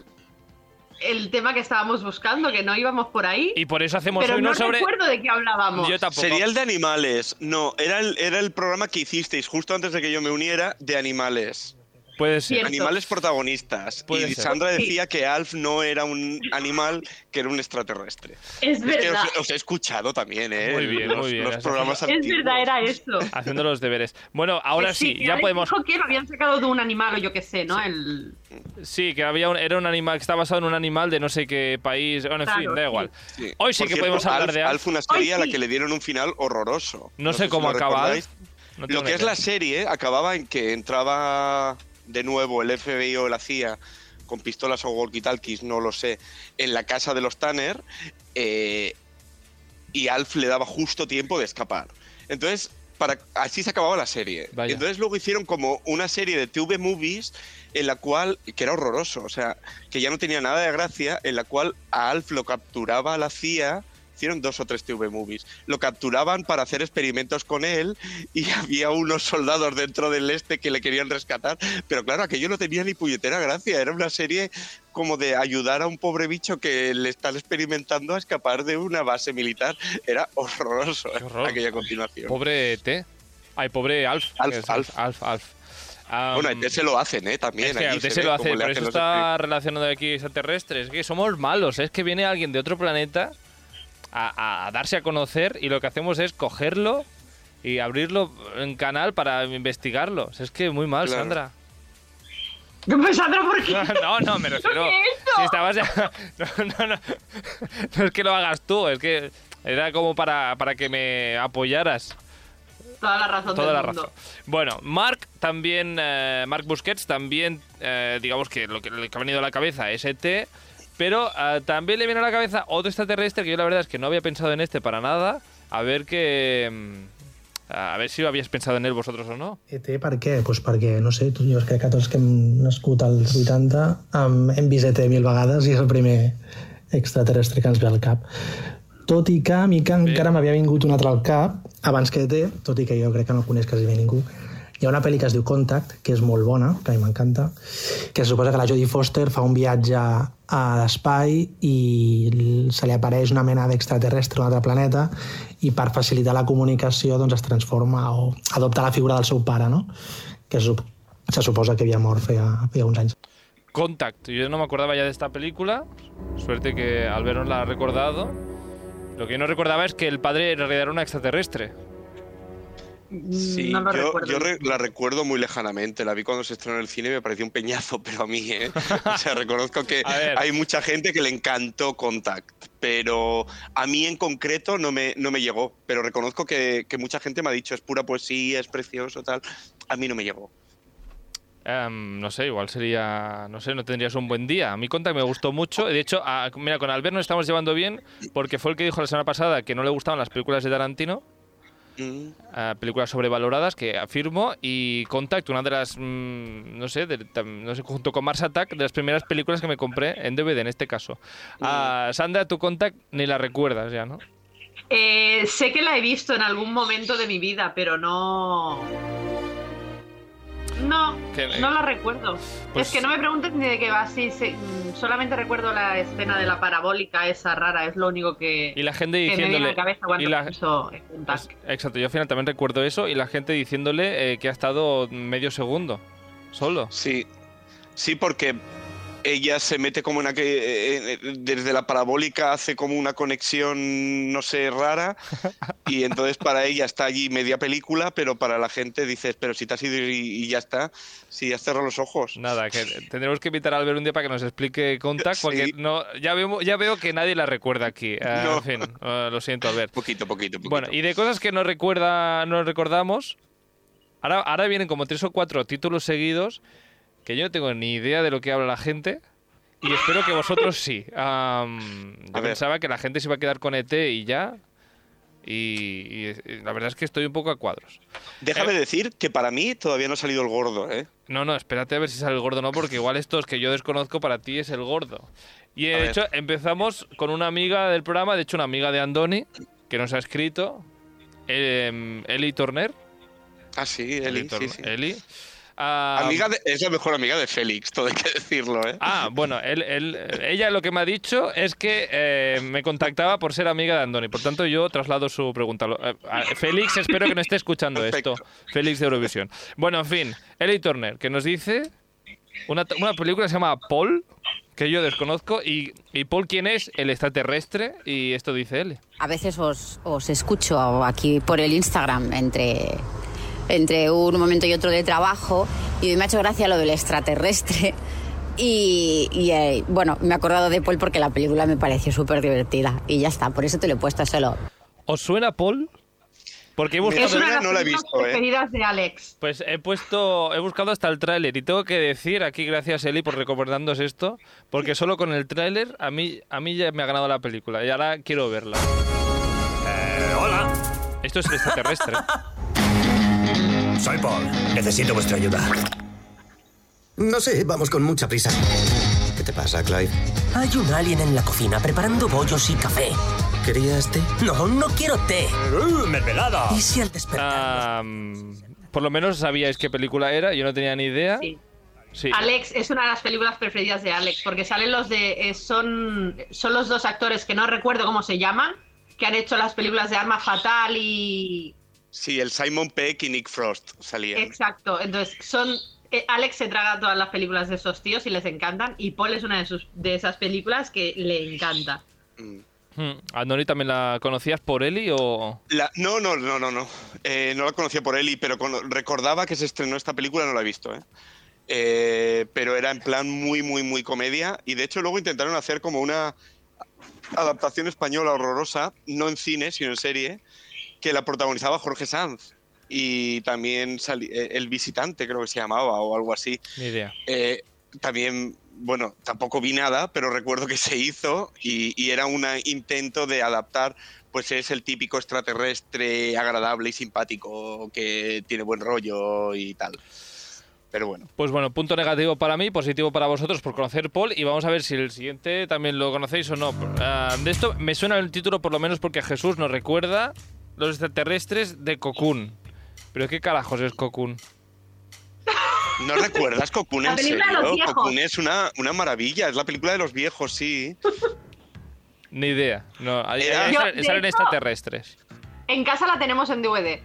Speaker 3: el tema que estábamos buscando, que no íbamos por ahí.
Speaker 1: Y por eso hacemos
Speaker 3: Pero
Speaker 1: hoy uno
Speaker 3: no
Speaker 1: sobre...
Speaker 3: recuerdo de qué hablábamos.
Speaker 1: Yo tampoco.
Speaker 2: Sería el de animales. No, era el, era el programa que hicisteis justo antes de que yo me uniera de animales.
Speaker 1: Puede ser.
Speaker 3: Cierto.
Speaker 2: Animales protagonistas.
Speaker 1: Puede
Speaker 2: y
Speaker 1: ser.
Speaker 2: Sandra
Speaker 3: Sí.
Speaker 2: decía que Alf no era un animal, que era un extraterrestre. Es
Speaker 3: es
Speaker 2: que
Speaker 3: verdad.
Speaker 2: os, os he escuchado también, ¿eh?
Speaker 1: Muy bien,
Speaker 2: los,
Speaker 1: muy bien.
Speaker 2: los
Speaker 1: Has
Speaker 2: programas
Speaker 3: Es
Speaker 2: antiguos.
Speaker 3: verdad, era esto.
Speaker 1: Haciendo los deberes. Bueno, ahora sí,
Speaker 3: que
Speaker 1: ya
Speaker 3: Alex
Speaker 1: podemos.
Speaker 3: Dijo que lo habían sacado de un animal o yo qué sé, ¿no? El...
Speaker 1: Sí, que había un- era un animal que está basado en un animal de no sé qué país. Bueno, en
Speaker 3: Claro,
Speaker 1: fin, da
Speaker 3: sí.
Speaker 1: igual.
Speaker 2: Sí.
Speaker 1: Hoy sí
Speaker 2: Por
Speaker 1: que
Speaker 2: cierto,
Speaker 1: podemos hablar
Speaker 2: Alf-
Speaker 1: de Alf.
Speaker 2: Alf, una serie a
Speaker 3: Hoy
Speaker 2: la
Speaker 3: sí.
Speaker 2: que le dieron un final horroroso.
Speaker 1: No sé
Speaker 2: si
Speaker 1: cómo
Speaker 2: lo
Speaker 1: acaba ¿eh? Alf.
Speaker 2: recordáis.
Speaker 1: No tengo
Speaker 2: lo que
Speaker 1: ni
Speaker 2: es
Speaker 1: idea.
Speaker 2: la serie acababa en que entraba de nuevo el FBI o la CIA con pistolas o walkie-talkies, no lo sé, en la casa de los Tanner eh, y Alf le daba justo tiempo de escapar. Entonces, para, así se acababa la serie.
Speaker 1: Vaya.
Speaker 2: Entonces luego hicieron como una serie de TV movies en la cual, que era horroroso, o sea, que ya no tenía nada de gracia, en la cual a Alf lo capturaba la CIA, hicieron dos o tres TV movies, lo capturaban para hacer experimentos con él y había unos soldados dentro del este que le querían rescatar, pero claro, aquello no tenía ni puñetera gracia, era una serie como de ayudar a un pobre bicho que le están experimentando a escapar de una base militar, era horroroso ¿eh?
Speaker 1: Qué horror.
Speaker 2: aquella continuación.
Speaker 1: Pobre T. Ay, pobre Alf.
Speaker 2: Alf,
Speaker 1: Es
Speaker 2: Alf.
Speaker 1: Alf, Alf. Ah,
Speaker 2: bueno, a se lo hacen, ¿eh? También.
Speaker 1: es que
Speaker 2: allí
Speaker 1: a E T
Speaker 2: se
Speaker 1: se
Speaker 2: ve
Speaker 1: lo hace,
Speaker 2: cómo le
Speaker 1: por
Speaker 2: hacen
Speaker 1: eso
Speaker 2: los
Speaker 1: está relacionado aquí extraterrestres. Es que somos malos, es que viene alguien de otro planeta a, a- a darse a conocer y lo que hacemos es cogerlo y abrirlo en canal para investigarlo. Es que muy mal,
Speaker 2: Claro.
Speaker 1: Sandra.
Speaker 3: Pues Sandra, ¿por qué?
Speaker 1: No, no, me refiero.
Speaker 3: ¿Qué es esto?
Speaker 1: Si estabas ya- No, no, no. No es que lo hagas tú, es que era como para, para que me apoyaras.
Speaker 3: Toda la razón
Speaker 1: Toda
Speaker 3: del
Speaker 1: la
Speaker 3: mundo.
Speaker 1: razón. Bueno, Mark también, eh, Mark Busquets también, eh, digamos que lo que le que ha venido a la cabeza es ET, pero eh, también le viene a la cabeza otro extraterrestre que yo la verdad es que no había pensado en este para nada. A ver que. mm, A ver si lo habías pensado en él vosotros o no.
Speaker 7: ET E per què? Pues perquè, no sé, tu, jo crec que tots que hem nascut als 80 um, hem vist ET mil vegades i és el primer extraterrestre que ens ve al cap. Tot i que a mi que encara m'havia vingut un altre al cap, abans que ET, tot i que jo crec que no el coneix quasi bé ningú, hi ha una pel·li que es diu Contact, que és molt bona, que a mi m'encanta, que se suposa que la Jodie Foster fa un viatge a l'espai i se li apareix una mena d'extraterrestre a un altre planeta i per facilitar la comunicació doncs, es transforma o adopta la figura del seu pare, no? que se, sup- se suposa que havia mort feia, feia uns anys.
Speaker 1: Contact. Yo no me acordaba ya de esta película. Suerte que Albert nos la ha recordado. Lo que yo no recordaba es que el padre en realidad era un extraterrestre.
Speaker 2: clips. Sí,
Speaker 3: Mm, no lo
Speaker 2: yo,
Speaker 3: recuerdo.
Speaker 2: yo re- la recuerdo muy lejanamente. La vi cuando se estrenó en el cine y me pareció un peñazo, pero a mí, ¿eh? O sea, reconozco que
Speaker 1: A ver.
Speaker 2: hay mucha gente que le encantó Contact, pero a mí en concreto no me, no me llegó. Pero reconozco que, que mucha gente me ha dicho es pura poesía, es precioso, tal. A mí no me llegó.
Speaker 1: Em, no sé, igual sería. No sé, no tendrías un buen día. A mí Contact me gustó mucho. De hecho, a- mira, con Albert nos estamos llevando bien porque fue el que dijo la semana pasada que no le gustaban las películas de Tarantino.
Speaker 2: Mm.
Speaker 1: eh, películas sobrevaloradas que afirmo y Contact, una de las mm, no sé, de- tam- no sé, junto con Mars Attack, de las primeras películas que me compré en DVD en este caso.
Speaker 3: Mm.
Speaker 1: Ah, Sandra, tu Contact ni la recuerdas ya, ¿no?
Speaker 3: Eh, sé que la he visto en algún momento de mi vida, pero no. No,
Speaker 1: Que-
Speaker 3: no la recuerdo.
Speaker 1: Pues-
Speaker 3: Es que no me preguntes ni de qué va, sí, sé- mm, solamente recuerdo la escena de la parabólica esa rara, es lo único que,
Speaker 1: Y la gente
Speaker 3: que me viene a
Speaker 1: diciéndole
Speaker 3: la cabeza cuando
Speaker 1: y la-
Speaker 3: pienso en Contact.
Speaker 1: Pues, exacto, yo al final también recuerdo eso y la gente diciéndole eh, que ha estado medio segundo solo.
Speaker 2: Sí, sí, porque ella se mete como en aquel, eh, eh, desde la parabólica hace como una conexión, no sé, rara, y entonces para ella está allí media película, pero para la gente dices, pero si te has ido y, y ya está, si has cerrado los ojos.
Speaker 1: Nada, que tendremos que invitar a Albert un día para que nos explique Contact, porque
Speaker 2: Sí.
Speaker 1: no, ya, vemos, ya veo que nadie la recuerda aquí. Ah,
Speaker 2: No.
Speaker 1: En fin, ah, lo siento, Albert.
Speaker 2: Poquito, poquito, poquito.
Speaker 1: Bueno, y de cosas que no recuerda, no recordamos, ahora, ahora vienen como tres o cuatro títulos seguidos que yo no tengo ni idea de lo que habla la gente. Y espero que vosotros sí. Am, yo
Speaker 2: A ver.
Speaker 1: pensaba que la gente se iba a quedar con ET y ya. Y, y- y la verdad es que estoy un poco a cuadros.
Speaker 2: Déjame
Speaker 1: eh,
Speaker 2: decir que para mí todavía no ha salido el gordo, ¿eh?
Speaker 1: No, no, espérate a ver si sale el gordo o no, porque igual estos que yo desconozco para ti es el gordo. Y
Speaker 2: A
Speaker 1: de
Speaker 2: ver.
Speaker 1: hecho empezamos con una amiga del programa, de hecho una amiga de Andoni, que nos ha escrito, em, Eli Turner.
Speaker 2: Ah, sí, Eli,
Speaker 1: Torno-
Speaker 2: sí, sí.
Speaker 1: Eli. Ah,
Speaker 2: Amiga de- es la mejor amiga de Félix, todo hay que decirlo, ¿eh?
Speaker 1: Ah, bueno, él- él- ella lo que me ha dicho es que eh, me contactaba por ser amiga de Andoni. Por tanto, yo traslado su pregunta. Lo- eh, a- Félix, espero que no esté escuchando
Speaker 2: Perfecto.
Speaker 1: esto. Félix de Eurovisión. Bueno, en fin, Eli Turner, que nos dice una, t- una película que se llama Paul, que yo desconozco. Y, ¿Y Paul quién es? El extraterrestre. Y esto dice Eli.
Speaker 8: A veces os, os escucho aquí por el Instagram entre, entre un momento y otro de trabajo y me ha hecho gracia lo del extraterrestre. Y, y, eh, bueno, me he acordado de Paul porque la película me pareció súper divertida y ya está, por eso te lo he puesto solo.
Speaker 1: ¿Os suena Paul? Porque he buscado
Speaker 3: Es una de las
Speaker 2: no la he
Speaker 3: películas
Speaker 2: visto, ¿eh?
Speaker 3: preferidas de Alex.
Speaker 1: Pues he puesto, he buscado hasta el tráiler y tengo que decir aquí gracias Eli por recordarnos esto, porque solo con el tráiler a mí a mí ya me ha ganado la película y ahora quiero verla.
Speaker 9: Hola,
Speaker 1: Esto es extraterrestre.
Speaker 9: soy Paul. Necesito vuestra ayuda.
Speaker 10: No sé, vamos con mucha prisa. ¿Qué te pasa, Clive?
Speaker 9: Hay un alien en la cocina preparando bollos y café.
Speaker 10: ¿Querías té? ¡Uh,
Speaker 9: No, no quiero té. ¡Mermelada! ¿Y si al despertar?
Speaker 1: Am, por lo menos sabíais qué película era, yo no tenía ni idea.
Speaker 3: Sí.
Speaker 1: Sí.
Speaker 3: Alex es una de las películas preferidas de Alex, porque salen los de. eh, son, son los dos actores que no recuerdo cómo se llaman, que han hecho las películas de Arma Fatal y.
Speaker 2: Sí, el Simon Peck y Nick Frost salían.
Speaker 3: Exacto, entonces son. eh, Alex se traga todas las películas de esos tíos y les encantan, y Paul es una de, sus, de esas películas que le encanta.
Speaker 2: Mm.
Speaker 1: Hmm, Andoni también la conocías por Eli o
Speaker 2: La- no, no, no, no, no. Eh, no la conocía por Eli, pero cuando recordaba que se estrenó esta película, no la he visto, ¿eh? Eh, pero era en plan muy, muy, muy comedia. Y de hecho, luego intentaron hacer como una adaptación española horrorosa, no en cine, sino en serie, que la protagonizaba Jorge Sanz. Y también sali- eh, El Visitante, creo que se llamaba, o algo así.
Speaker 1: ni idea.
Speaker 2: Eh, también, bueno, tampoco vi nada, pero recuerdo que se hizo y, y era un intento de adaptar, pues es el típico extraterrestre agradable y simpático que tiene buen rollo y tal. Pero bueno,
Speaker 1: Pues bueno, punto negativo para mí, positivo para vosotros por conocer Paul y vamos a ver si el siguiente también lo conocéis o no. Ah, de esto me suena el título por lo menos porque Jesús nos recuerda los extraterrestres de Cocoon. Pero qué carajos es Cocoon.
Speaker 2: ¿no recuerdas Cocoon
Speaker 3: La
Speaker 2: en
Speaker 3: película de los
Speaker 2: serio?
Speaker 3: viejos.
Speaker 2: Cocoon es una, una maravilla, es la película de los viejos, sí.
Speaker 1: Ni idea. No, ahí-
Speaker 2: Era-
Speaker 1: ahí
Speaker 3: Yo,
Speaker 1: sal-
Speaker 3: de
Speaker 1: salen
Speaker 3: hecho-
Speaker 1: extraterrestres.
Speaker 3: En casa la tenemos en DVD,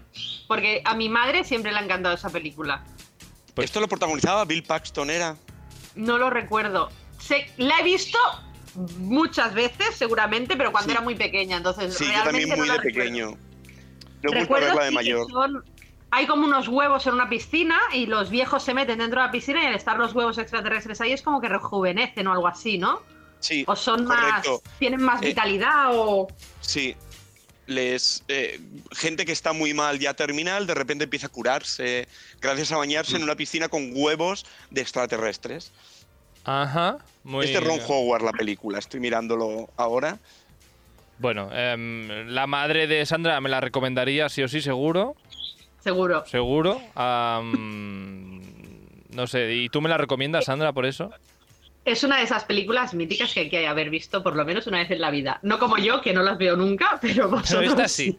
Speaker 3: porque a mi madre siempre le ha encantado esa película.
Speaker 1: Pues-
Speaker 2: Esto lo protagonizaba Bill Paxton, era.
Speaker 3: No lo recuerdo. Sé- la he visto muchas veces, seguramente, pero cuando
Speaker 2: Sí.
Speaker 3: era muy pequeña, entonces
Speaker 2: Sí, yo
Speaker 3: realmente
Speaker 2: también
Speaker 3: no
Speaker 2: muy
Speaker 3: la
Speaker 2: de
Speaker 3: recuerdo.
Speaker 2: pequeño. No he vuelto a
Speaker 3: Recuerdo
Speaker 2: verla de
Speaker 3: sí que
Speaker 2: mayor.
Speaker 3: son- hay como unos huevos en una piscina y los viejos se meten dentro de la piscina y al estar los huevos extraterrestres ahí es como que rejuvenecen o algo así, ¿no?
Speaker 2: Sí,
Speaker 3: O son
Speaker 2: correcto.
Speaker 3: más. tienen más
Speaker 2: Eh,
Speaker 3: vitalidad o.
Speaker 2: Sí. Les, eh, gente que está muy mal ya terminal, de repente empieza a curarse gracias a bañarse en una piscina con huevos de extraterrestres.
Speaker 1: Ajá. Muy
Speaker 2: este es Ron Howard, la película, estoy mirándolo ahora.
Speaker 1: Bueno, em, la madre de Sandra me la recomendaría sí o sí, seguro.
Speaker 3: Seguro.
Speaker 1: Seguro. Am, no sé, ¿y tú me la recomiendas, Sandra, por eso?
Speaker 3: Es una de esas películas míticas que hay que haber visto por lo menos una vez en la vida. No como yo, que no las veo nunca, pero
Speaker 1: Pero
Speaker 3: vosotros.
Speaker 1: esta sí.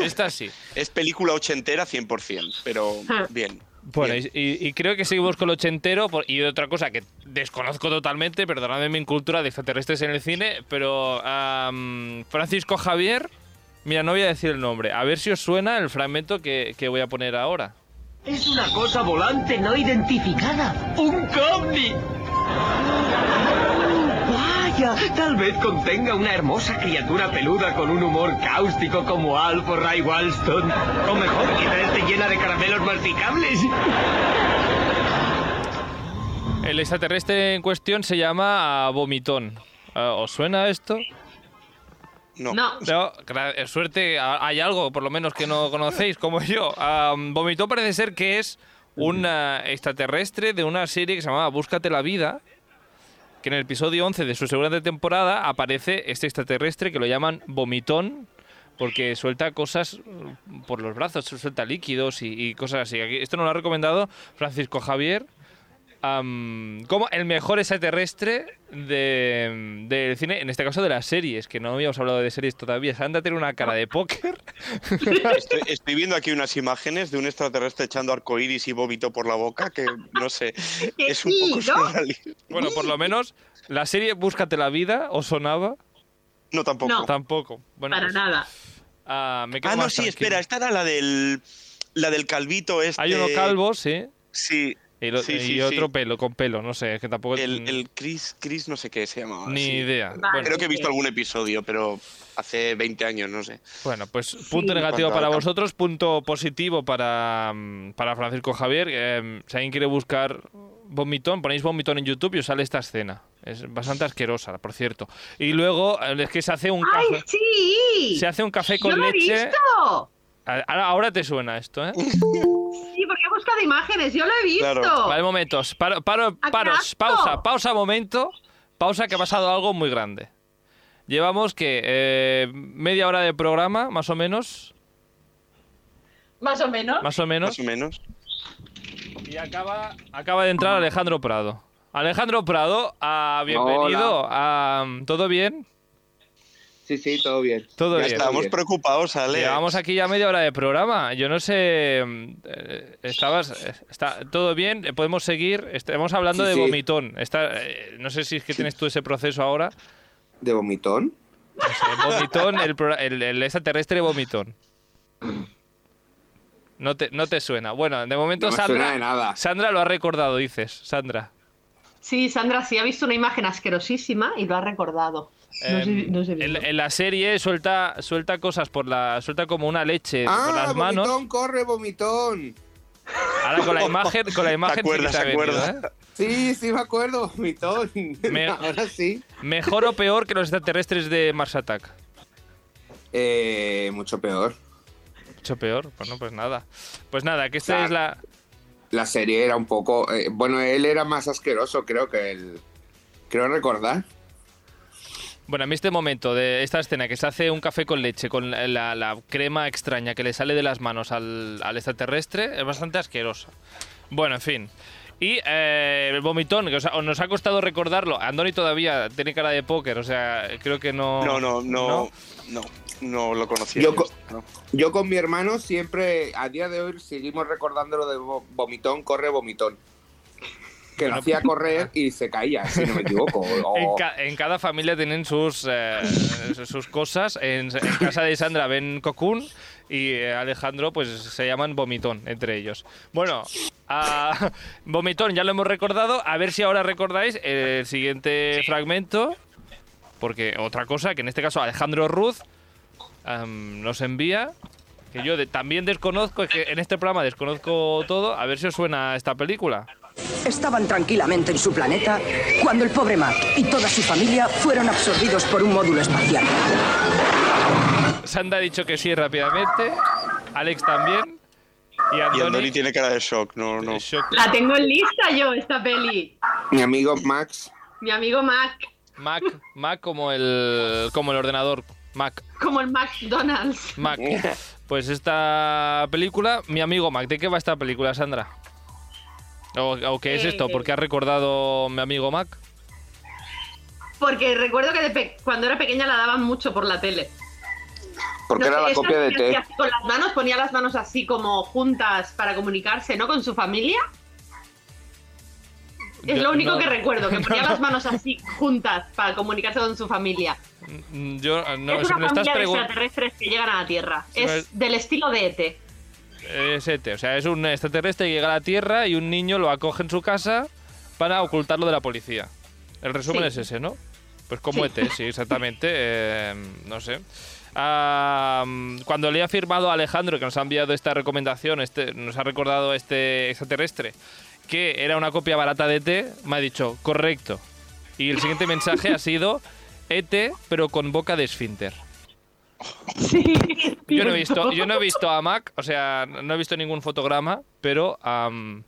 Speaker 1: Esta sí.
Speaker 2: Es película ochentera 100%, pero
Speaker 3: Ah.
Speaker 2: bien.
Speaker 1: Bueno, y, y- y creo que seguimos con el ochentero por- y otra cosa que desconozco totalmente, perdonadme mi cultura de extraterrestres en el cine, pero am, Francisco Javier, mira, no voy a decir el nombre, a ver si os suena el fragmento que, que voy a poner ahora.
Speaker 11: Es una cosa volante no identificada. ¡Un combi! ¡Vaya! Tal vez contenga una hermosa criatura peluda con un humor cáustico como Alf o Ray Walston. O mejor, quizá esté llena de caramelos masticables.
Speaker 1: El extraterrestre en cuestión se llama ah, Vomitón. Ah, ¿Os suena esto?
Speaker 2: No.
Speaker 3: No.
Speaker 1: gra- eh, suerte, a- hay algo por lo menos que no conocéis, como yo. Am, Vomitón parece ser que es un ah, extraterrestre de una serie que se llamaba Búscate la vida, que en el episodio 11 de su segunda temporada aparece este extraterrestre que lo llaman Vomitón. Porque suelta cosas mm, por los brazos, suelta líquidos y, y cosas así. Aquí- Esto nos lo ha recomendado Francisco Javier, Am, como el mejor extraterrestre de- del cine, en este caso de las series, que no habíamos hablado de series todavía. Sandra tiene una cara de póker.
Speaker 2: Estoy, estoy viendo aquí unas imágenes de un extraterrestre echando arcoíris y vómito por la boca, que no sé, es un
Speaker 3: sí,
Speaker 2: poco
Speaker 3: ¿no?
Speaker 2: surrealista.
Speaker 1: Bueno, por lo menos la serie Búscate la vida, ¿os sonaba?
Speaker 2: No, tampoco.
Speaker 3: No.
Speaker 1: Tampoco. Bueno,
Speaker 3: para
Speaker 1: pues,
Speaker 3: nada.
Speaker 1: ah, me quedo
Speaker 2: Ah, no,
Speaker 1: más
Speaker 2: sí,
Speaker 1: tranquilo.
Speaker 2: espera, esta era la del, la del calvito este.
Speaker 1: Hay uno calvo, sí.
Speaker 2: Sí,
Speaker 1: Y, lo-
Speaker 2: Sí,
Speaker 1: y
Speaker 2: sí,
Speaker 1: otro
Speaker 2: sí.
Speaker 1: pelo, con pelo, no sé, es que tampoco...
Speaker 2: el, el Chris, Chris no sé qué se llamaba.
Speaker 1: Pues Ni
Speaker 2: sí.
Speaker 1: idea.
Speaker 3: Vale.
Speaker 2: Creo que he visto algún episodio, pero hace 20 años, no sé.
Speaker 1: Bueno, pues punto
Speaker 2: Sí.
Speaker 1: negativo
Speaker 2: Cuando
Speaker 1: para
Speaker 2: acab-
Speaker 1: vosotros, punto positivo para, mm, para Francisco Javier. Eh, si alguien quiere buscar vomitón, ponéis vomitón en YouTube y os sale esta escena. Es bastante asquerosa, por cierto. Y luego eh, es que se hace un
Speaker 3: ¡Ay,
Speaker 1: café,
Speaker 3: sí!
Speaker 1: se hace un café
Speaker 3: ¡Yo
Speaker 1: con
Speaker 3: lo he
Speaker 1: leche.
Speaker 3: visto!
Speaker 1: A- Ahora, ahora te suena esto, ¿eh?
Speaker 3: Sí, porque he buscado imágenes, yo lo he visto.
Speaker 2: Claro.
Speaker 1: Vale, momentos. Paro, paro,
Speaker 3: ¡Ah, qué
Speaker 1: paros,
Speaker 3: asco!
Speaker 1: pausa, pausa, momento. Pausa que ha pasado algo muy grande. Llevamos que eh, media hora de programa, más o menos.
Speaker 3: Más o menos.
Speaker 1: Más o menos.
Speaker 2: Más o menos.
Speaker 1: Y acaba, acaba de entrar Alejandro Prado. Alejandro Prado, ah, bienvenido. ah, ¿Todo bien?
Speaker 12: Sí, sí, todo bien.
Speaker 1: Todo
Speaker 2: Ya
Speaker 1: bien.
Speaker 2: estábamos preocupados, Ale.
Speaker 1: Llevamos aquí ya media hora de programa. Yo no sé. mm, eh, Estabas. eh, Está todo bien. eh, Podemos seguir. Estamos hablando
Speaker 12: Sí,
Speaker 1: de
Speaker 12: sí.
Speaker 1: vomitón. Está, eh, no sé si es que tienes tú ese proceso ahora.
Speaker 12: ¿De vomitón?
Speaker 1: El vomitón, el, pro- el- el extraterrestre vomitón. No te, no te suena. Bueno, de momento
Speaker 12: No me
Speaker 1: Sandra.
Speaker 12: suena de nada.
Speaker 1: Sandra lo ha recordado, dices. Sandra.
Speaker 3: Sí, Sandra sí ha visto una imagen asquerosísima y lo ha recordado. No
Speaker 1: Eh,
Speaker 3: sé, no sé bien.
Speaker 1: en, en la serie suelta, suelta cosas por la. suelta como una leche eh, por
Speaker 12: ¡Ah,
Speaker 1: las manos.
Speaker 12: vomitón, corre, vomitón!
Speaker 1: Ahora con la imagen, con la imagen sí que
Speaker 2: acuerdas,
Speaker 1: te ha
Speaker 2: te
Speaker 1: venido,
Speaker 2: acuerdas.
Speaker 1: ¿eh?
Speaker 12: Sí, sí, me acuerdo, vomitón.
Speaker 1: Me-
Speaker 12: Ahora sí.
Speaker 1: ¿eh? Mejor o peor que los extraterrestres de Mars Attack.
Speaker 12: Eh, mucho peor.
Speaker 1: Mucho peor. Bueno, pues nada. Pues nada, que esta
Speaker 12: Claro.
Speaker 1: es la.
Speaker 12: La serie era un poco... eh, bueno, él era más asqueroso, creo que él... Creo recordar.
Speaker 1: Bueno, a mí este momento de esta escena que se hace un café con leche con la, la- la crema extraña que le sale de las manos al, al extraterrestre es bastante asquerosa. Bueno, en fin. Y eh, el vomitón, que os ha- nos ha costado recordarlo. Andoni todavía tiene cara de póker, o sea, creo que no.
Speaker 2: No, no, no, no, no lo conocía.
Speaker 12: Yo co-
Speaker 2: No.
Speaker 12: Yo con mi hermano siempre, a día de hoy, seguimos recordando lo de vo- vomitón, corre, vomitón. Que lo hacía correr y se caía, si no me equivoco. o-
Speaker 1: En, ca- en cada familia tienen sus, eh, sus cosas. En, en casa de Sandra ven Cocoon y eh, Alejandro pues se llaman Vomitón entre ellos. Bueno, a- Vomitón ya lo hemos recordado. A ver si ahora recordáis el siguiente fragmento. Porque otra cosa que en este caso Alejandro Ruz am, nos envía, que yo de- también desconozco, es que en este programa desconozco todo. A ver si os suena esta película.
Speaker 13: Estaban tranquilamente en su planeta cuando el pobre Matt y toda su familia fueron absorbidos por un módulo espacial.
Speaker 1: Sandra ha dicho que sí rápidamente. Alex también. Y
Speaker 2: Y
Speaker 1: Andoni.
Speaker 2: Andoni tiene cara de shock, no, no.
Speaker 1: Shock.
Speaker 3: La tengo en lista yo, esta peli.
Speaker 12: Mi amigo Max
Speaker 3: Mi amigo Mac.
Speaker 1: Mac, Mac como el como el ordenador. Mac.
Speaker 3: Como el McDonald's.
Speaker 1: Mac. Pues esta película, mi amigo Mac, ¿de qué va esta película, Sandra? ¿O, o qué es
Speaker 3: Eh,
Speaker 1: esto? ¿Por qué ha recordado mi amigo Mac?
Speaker 3: Porque recuerdo que de pe- cuando era pequeña la daban mucho por la tele.
Speaker 12: Porque
Speaker 3: No
Speaker 12: era
Speaker 3: sé,
Speaker 12: la
Speaker 3: esa
Speaker 12: copia de
Speaker 3: que
Speaker 12: T.
Speaker 3: hacía Con las manos, ponía las manos así como juntas para comunicarse, ¿no? Con su familia. Es
Speaker 1: Yo-
Speaker 3: lo único
Speaker 1: no.
Speaker 3: que recuerdo, que ponía
Speaker 1: No.
Speaker 3: las manos así juntas para comunicarse con su familia.
Speaker 1: Mm, Yo eh, no,
Speaker 3: es
Speaker 1: si
Speaker 3: una
Speaker 1: me lo estás
Speaker 3: familia de
Speaker 1: preguntando.
Speaker 3: extraterrestres que llegan a la Tierra.
Speaker 1: Sí,
Speaker 3: es
Speaker 1: pero-
Speaker 3: del estilo de E ET.
Speaker 1: Es ET, o sea, es un extraterrestre que llega a la Tierra y un niño lo acoge en su casa para ocultarlo de la policía. El resumen
Speaker 4: Sí.
Speaker 1: es ese, ¿no? Pues como
Speaker 4: Sí.
Speaker 1: ET, sí, exactamente. eh, no sé. Ah, mm, cuando le ha firmado a Alejandro, que nos ha enviado esta recomendación, este, nos ha recordado este extraterrestre, que era una copia barata de ET, me ha dicho, correcto. Y el siguiente mensaje ha sido ET, pero con boca de esfínter. Yo no he visto, yo no he visto a Mac, o sea, no he visto ningún fotograma, pero am,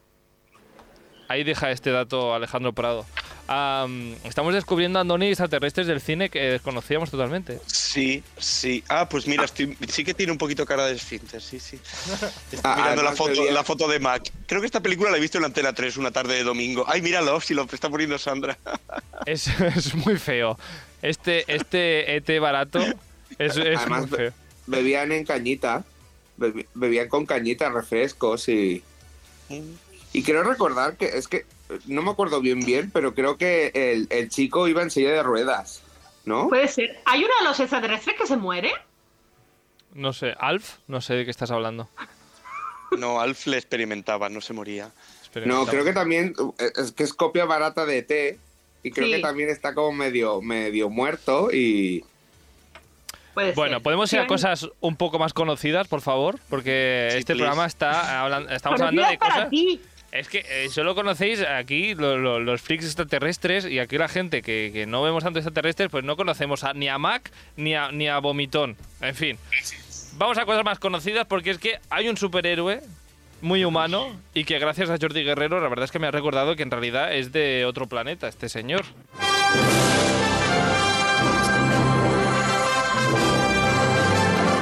Speaker 1: ahí deja este dato Alejandro Prado. Am, estamos descubriendo Andoni extraterrestres del cine que desconocíamos totalmente.
Speaker 2: Sí, sí. Ah, pues mira, estoy- sí que tiene un poquito cara de esfínter, sí, sí. Estoy
Speaker 12: Ah,
Speaker 2: mirando la
Speaker 12: además
Speaker 2: foto,
Speaker 12: sería-
Speaker 2: la foto de Mac. Creo que esta película la he visto en la Antena 3 una tarde de domingo. Ay, míralo, si lo está poniendo Sandra.
Speaker 1: Es, es muy feo. Este, este ET barato es, es
Speaker 12: Además,
Speaker 1: muy feo.
Speaker 12: Bebían en cañita. bebi- Bebían con cañita, refrescos y. Y creo recordar que es que eh, no me acuerdo bien bien, pero creo que el, el chico iba en silla de ruedas, ¿no?
Speaker 3: Puede ser. ¿Hay uno de los extraterrestres que se muere?
Speaker 1: No sé, Alf, no sé de qué estás hablando.
Speaker 2: No, Alf le experimentaba, no se moría.
Speaker 12: No, creo que también eh, es que es copia barata de E T y creo
Speaker 3: Sí.
Speaker 12: que también está como medio medio muerto y
Speaker 3: Puede
Speaker 1: Bueno,
Speaker 3: ser.
Speaker 1: podemos ir a
Speaker 3: Sí,
Speaker 1: cosas un poco más conocidas, por favor, porque este
Speaker 2: please.
Speaker 1: programa está hablando, estamos
Speaker 3: Pero
Speaker 1: hablando
Speaker 3: mira
Speaker 1: de
Speaker 3: para
Speaker 1: cosas.
Speaker 3: ti.
Speaker 1: Es que eh, solo conocéis aquí lo- lo- los freaks extraterrestres y aquí la gente que, que no vemos tanto extraterrestres, pues no conocemos a- ni a Mac ni a, ni a Vomitón. En fin, vamos a cosas más conocidas porque es que hay un superhéroe muy humano y que gracias a Jordi Guerrero la verdad es que me ha recordado que en realidad es de otro planeta este señor.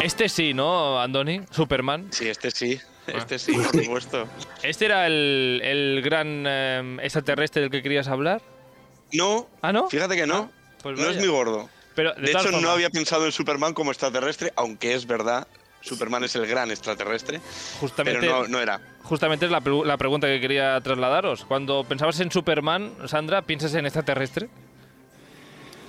Speaker 1: Este sí, ¿no, Andoni? Superman.
Speaker 2: Sí, este sí.
Speaker 1: Ah.
Speaker 2: Este sí, por supuesto.
Speaker 1: ¿Este era el, el gran eh, extraterrestre del que querías hablar?
Speaker 2: No.
Speaker 1: ¿Ah, no?
Speaker 2: Fíjate que no.
Speaker 1: pues
Speaker 2: no es
Speaker 1: vaya.
Speaker 2: muy gordo.
Speaker 1: Pero, de
Speaker 2: de
Speaker 1: todas
Speaker 2: hecho, no
Speaker 1: formas-
Speaker 2: había pensado en Superman como extraterrestre, aunque es verdad. Superman es el gran extraterrestre.
Speaker 1: Justamente-
Speaker 2: Pero no, no era.
Speaker 1: Justamente es la, pregu- la pregunta que quería trasladaros. Cuando pensabas en Superman, Sandra, ¿piensas en extraterrestre?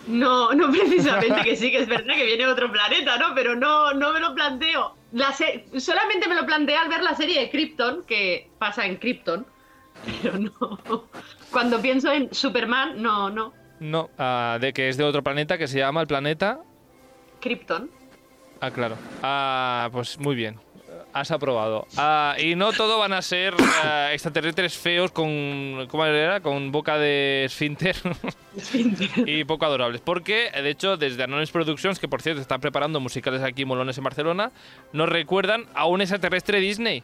Speaker 3: No, no precisamente que sí, que es verdad que viene de otro planeta, ¿no? Pero no, no me lo planteo. La se- Solamente me lo planteé al ver la serie de Krypton, que pasa en Krypton. Pero no. Cuando pienso en Superman, no, no.
Speaker 1: No, ah, de que es de otro planeta que se llama el planeta.
Speaker 3: Krypton.
Speaker 1: Ah, claro. Ah, pues muy bien. Has aprobado. Ah, y no todo van a ser ah, extraterrestres feos con. ¿Cómo era? Con boca de esfínter. y poco adorables. Porque, de hecho, desde Anonymous Productions, que por cierto están preparando musicales aquí molones en Barcelona, nos recuerdan a un extraterrestre Disney.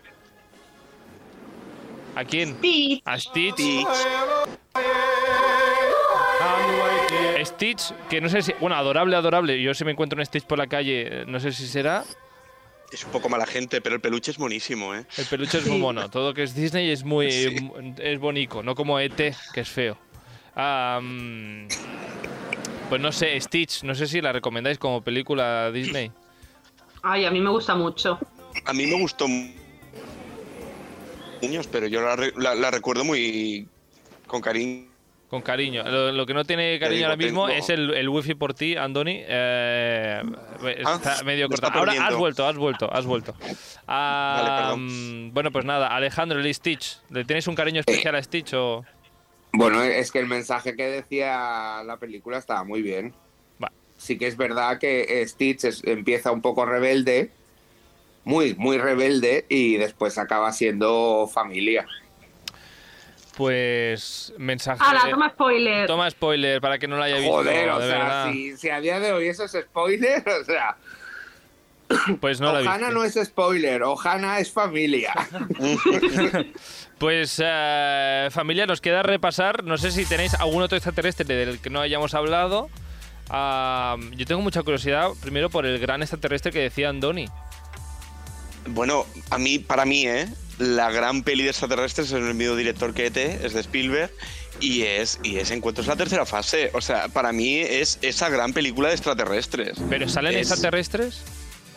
Speaker 1: ¿A quién? A Stitch. Stitch, que no sé si. Bueno, adorable, adorable. Yo si me encuentro un Stitch por la calle, eh, no sé si será.
Speaker 2: Es un poco mala gente, pero el peluche es buenísimo, ¿eh?
Speaker 1: El peluche es muy mono. Todo lo que es Disney es muy. es bonito, no como ET, que es feo. Ah, mm, pues no sé, Stitch, no sé si la recomendáis como película Disney.
Speaker 3: Ay, a mí me gusta mucho.
Speaker 2: A mí me gustó mu- niños, pero yo la, re- la- la recuerdo muy con cariño.
Speaker 1: Con cariño. Lo, lo que no tiene cariño
Speaker 2: digo,
Speaker 1: ahora mismo
Speaker 2: tengo-
Speaker 1: es el, el wifi por ti, Andoni. Eh, está
Speaker 2: Ah,
Speaker 1: medio
Speaker 2: me
Speaker 1: cortado.
Speaker 2: está
Speaker 1: Ahora has
Speaker 2: perdiendo.
Speaker 1: vuelto, has vuelto, has vuelto. Ah,
Speaker 2: Vale, perdón.
Speaker 1: mm, bueno, pues nada, Alejandro, el Stitch. ¿Le tienes un cariño especial a Stitch o...?
Speaker 12: Bueno, es que el mensaje que decía la película estaba muy bien. Sí que es verdad que Stitch es- empieza un poco rebelde, muy, muy rebelde, y después acaba siendo familia.
Speaker 1: Pues mensaje...
Speaker 3: ¡Hala, toma spoiler!
Speaker 1: Toma spoiler para que no lo haya visto.
Speaker 12: Joder, o
Speaker 1: de
Speaker 12: sea,
Speaker 1: verdad.
Speaker 12: si, si a día de hoy eso es spoiler, o sea,
Speaker 1: Pues no lo he
Speaker 12: Ohana
Speaker 1: visto.
Speaker 12: no es spoiler, Ohana es familia.
Speaker 1: Pues eh, familia, nos queda repasar. No sé si tenéis algún otro extraterrestre del que no hayamos hablado. Ah, yo tengo mucha curiosidad, primero por el gran extraterrestre que decía Andoni.
Speaker 2: Bueno, a mí, para mí, ¿eh? la gran peli de extraterrestres es el mismo director que ET, es de Spielberg, y es, y es Encuentros en la tercera fase. O sea, para mí es esa gran película de extraterrestres.
Speaker 1: ¿Pero salen
Speaker 2: Es-
Speaker 1: extraterrestres?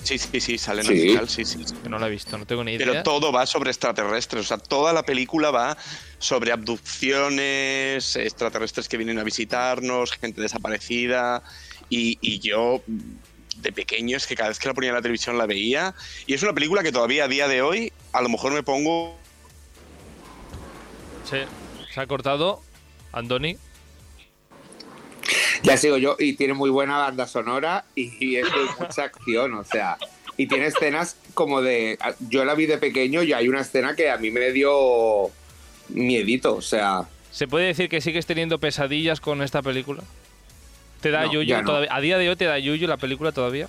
Speaker 2: Sí, sí, sí, salen al
Speaker 1: Sí.
Speaker 2: final, sí, sí.
Speaker 1: Que no la he visto, no tengo ni idea.
Speaker 2: Pero todo va sobre extraterrestres, o sea, toda la película va sobre abducciones, extraterrestres que vienen a visitarnos, gente desaparecida, y, y yo de pequeño es que cada vez que la ponía en la televisión la veía, y es una película que todavía a día de hoy a lo mejor me pongo...
Speaker 1: Sí, se ha cortado Andoni.
Speaker 12: Ya sigo yo, y tiene muy buena banda sonora y, y es de mucha acción, o sea. Y tiene escenas como de. Yo la vi de pequeño y hay una escena que a mí me dio miedito, o sea.
Speaker 1: ¿Se puede decir que sigues teniendo pesadillas con esta película? ¿Te da
Speaker 12: No,
Speaker 1: yuyu
Speaker 12: ya no.
Speaker 1: todavía? ¿A día de hoy te da yuyu la película todavía?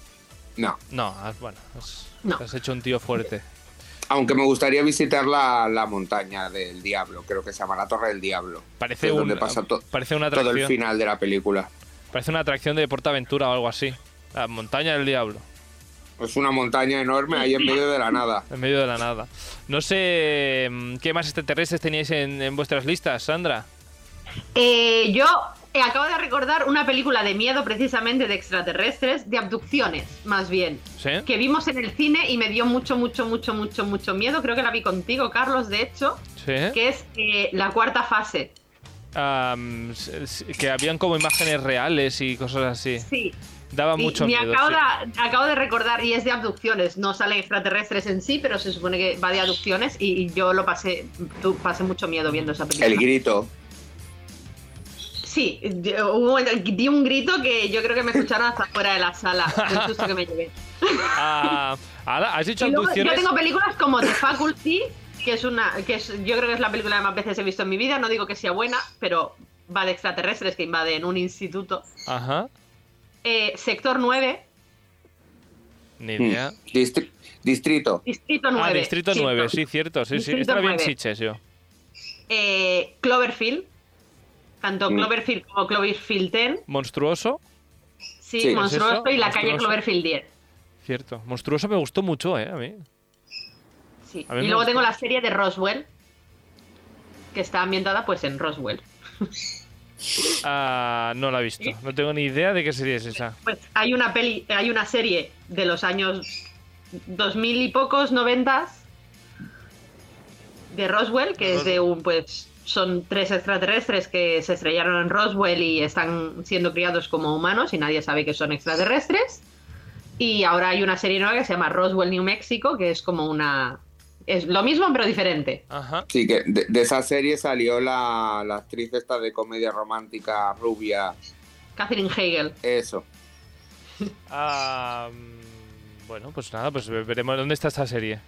Speaker 12: No.
Speaker 1: No, has- bueno, has, has hecho un tío fuerte.
Speaker 12: Aunque me gustaría visitar la, la montaña del diablo, creo que se llama la Torre del Diablo.
Speaker 1: Parece
Speaker 12: que es
Speaker 1: un-
Speaker 12: donde pasa to-
Speaker 1: parece una
Speaker 12: todo el
Speaker 1: atracción.
Speaker 12: final de la película.
Speaker 1: Parece una atracción de Portaventura o algo así. La montaña del diablo,
Speaker 12: Es una montaña enorme ahí en medio de la nada.
Speaker 1: en medio de la nada. No sé mm, qué más extraterrestres teníais en, en vuestras listas, Sandra.
Speaker 3: Eh, yo eh, acabo de recordar una película de miedo precisamente de extraterrestres, de abducciones, más bien,
Speaker 1: ¿Sí?
Speaker 3: que vimos en el cine y me dio mucho, mucho, mucho, mucho, mucho miedo. Creo que la vi contigo, Carlos, de hecho,
Speaker 1: ¿Sí?
Speaker 3: que es eh, la cuarta fase.
Speaker 1: Am, s- s- que habían como imágenes reales y cosas así.
Speaker 3: Sí.
Speaker 1: Daba
Speaker 3: Y
Speaker 1: mucho
Speaker 3: me
Speaker 1: miedo.
Speaker 3: acabo,
Speaker 1: sí.
Speaker 3: de, acabo de recordar, y es de abducciones, no sale extraterrestres en sí, pero se supone que va de abducciones y, y yo lo pasé, tu- pasé mucho miedo viendo esa película.
Speaker 12: El grito.
Speaker 3: Sí, yo- hubo un momento- di un grito que yo creo que me escucharon hasta fuera de la sala, del susto que me llevé.
Speaker 1: Ah, ahora, ¿Has dicho
Speaker 3: Y luego, yo
Speaker 1: abducciones?
Speaker 3: tengo películas como The Faculty, que es una, que es- yo creo que es la película que más veces he visto en mi vida, no digo que sea buena, pero va de extraterrestres que invaden un instituto.
Speaker 1: Ajá,
Speaker 3: Eh, Sector 9,
Speaker 1: ni idea.
Speaker 12: Mm. Distri- distrito.
Speaker 3: Distrito 9.
Speaker 1: Ah, Distrito
Speaker 3: cierto.
Speaker 1: 9, sí, cierto, sí, sí.
Speaker 3: Distrito
Speaker 1: Estaba bien
Speaker 3: 9.
Speaker 1: chiches yo.
Speaker 3: Eh, Cloverfield, tanto
Speaker 1: Mm.
Speaker 3: Cloverfield como Cloverfield 10,
Speaker 1: Monstruoso,
Speaker 3: sí,
Speaker 1: Sí.
Speaker 3: Monstruoso
Speaker 1: ¿Es eso?
Speaker 3: y la calle
Speaker 1: Monstruoso.
Speaker 3: Cloverfield 10.
Speaker 1: cierto. Monstruoso me gustó mucho, eh, a mí.
Speaker 3: Sí.
Speaker 1: A mí me
Speaker 3: Y luego
Speaker 1: gusta.
Speaker 3: tengo la serie de Roswell, que está ambientada pues en Roswell.
Speaker 1: Ah, no la he visto. No tengo ni idea de qué serie es esa.
Speaker 3: Pues hay una peli, hay una serie de los años 2000 y pocos, 90 de Roswell, que es de un pues son tres extraterrestres que se estrellaron en Roswell y están siendo criados como humanos y nadie sabe que son extraterrestres. Y ahora hay una serie nueva que se llama Roswell New Mexico, que es como una es lo mismo pero diferente.
Speaker 12: Sí, que de, de esa serie salió la, la actriz esta de comedia romántica rubia.
Speaker 3: Catherine Hegel.
Speaker 12: Eso.
Speaker 1: Ah, mm, bueno, pues nada, pues ve- veremos dónde está esta serie.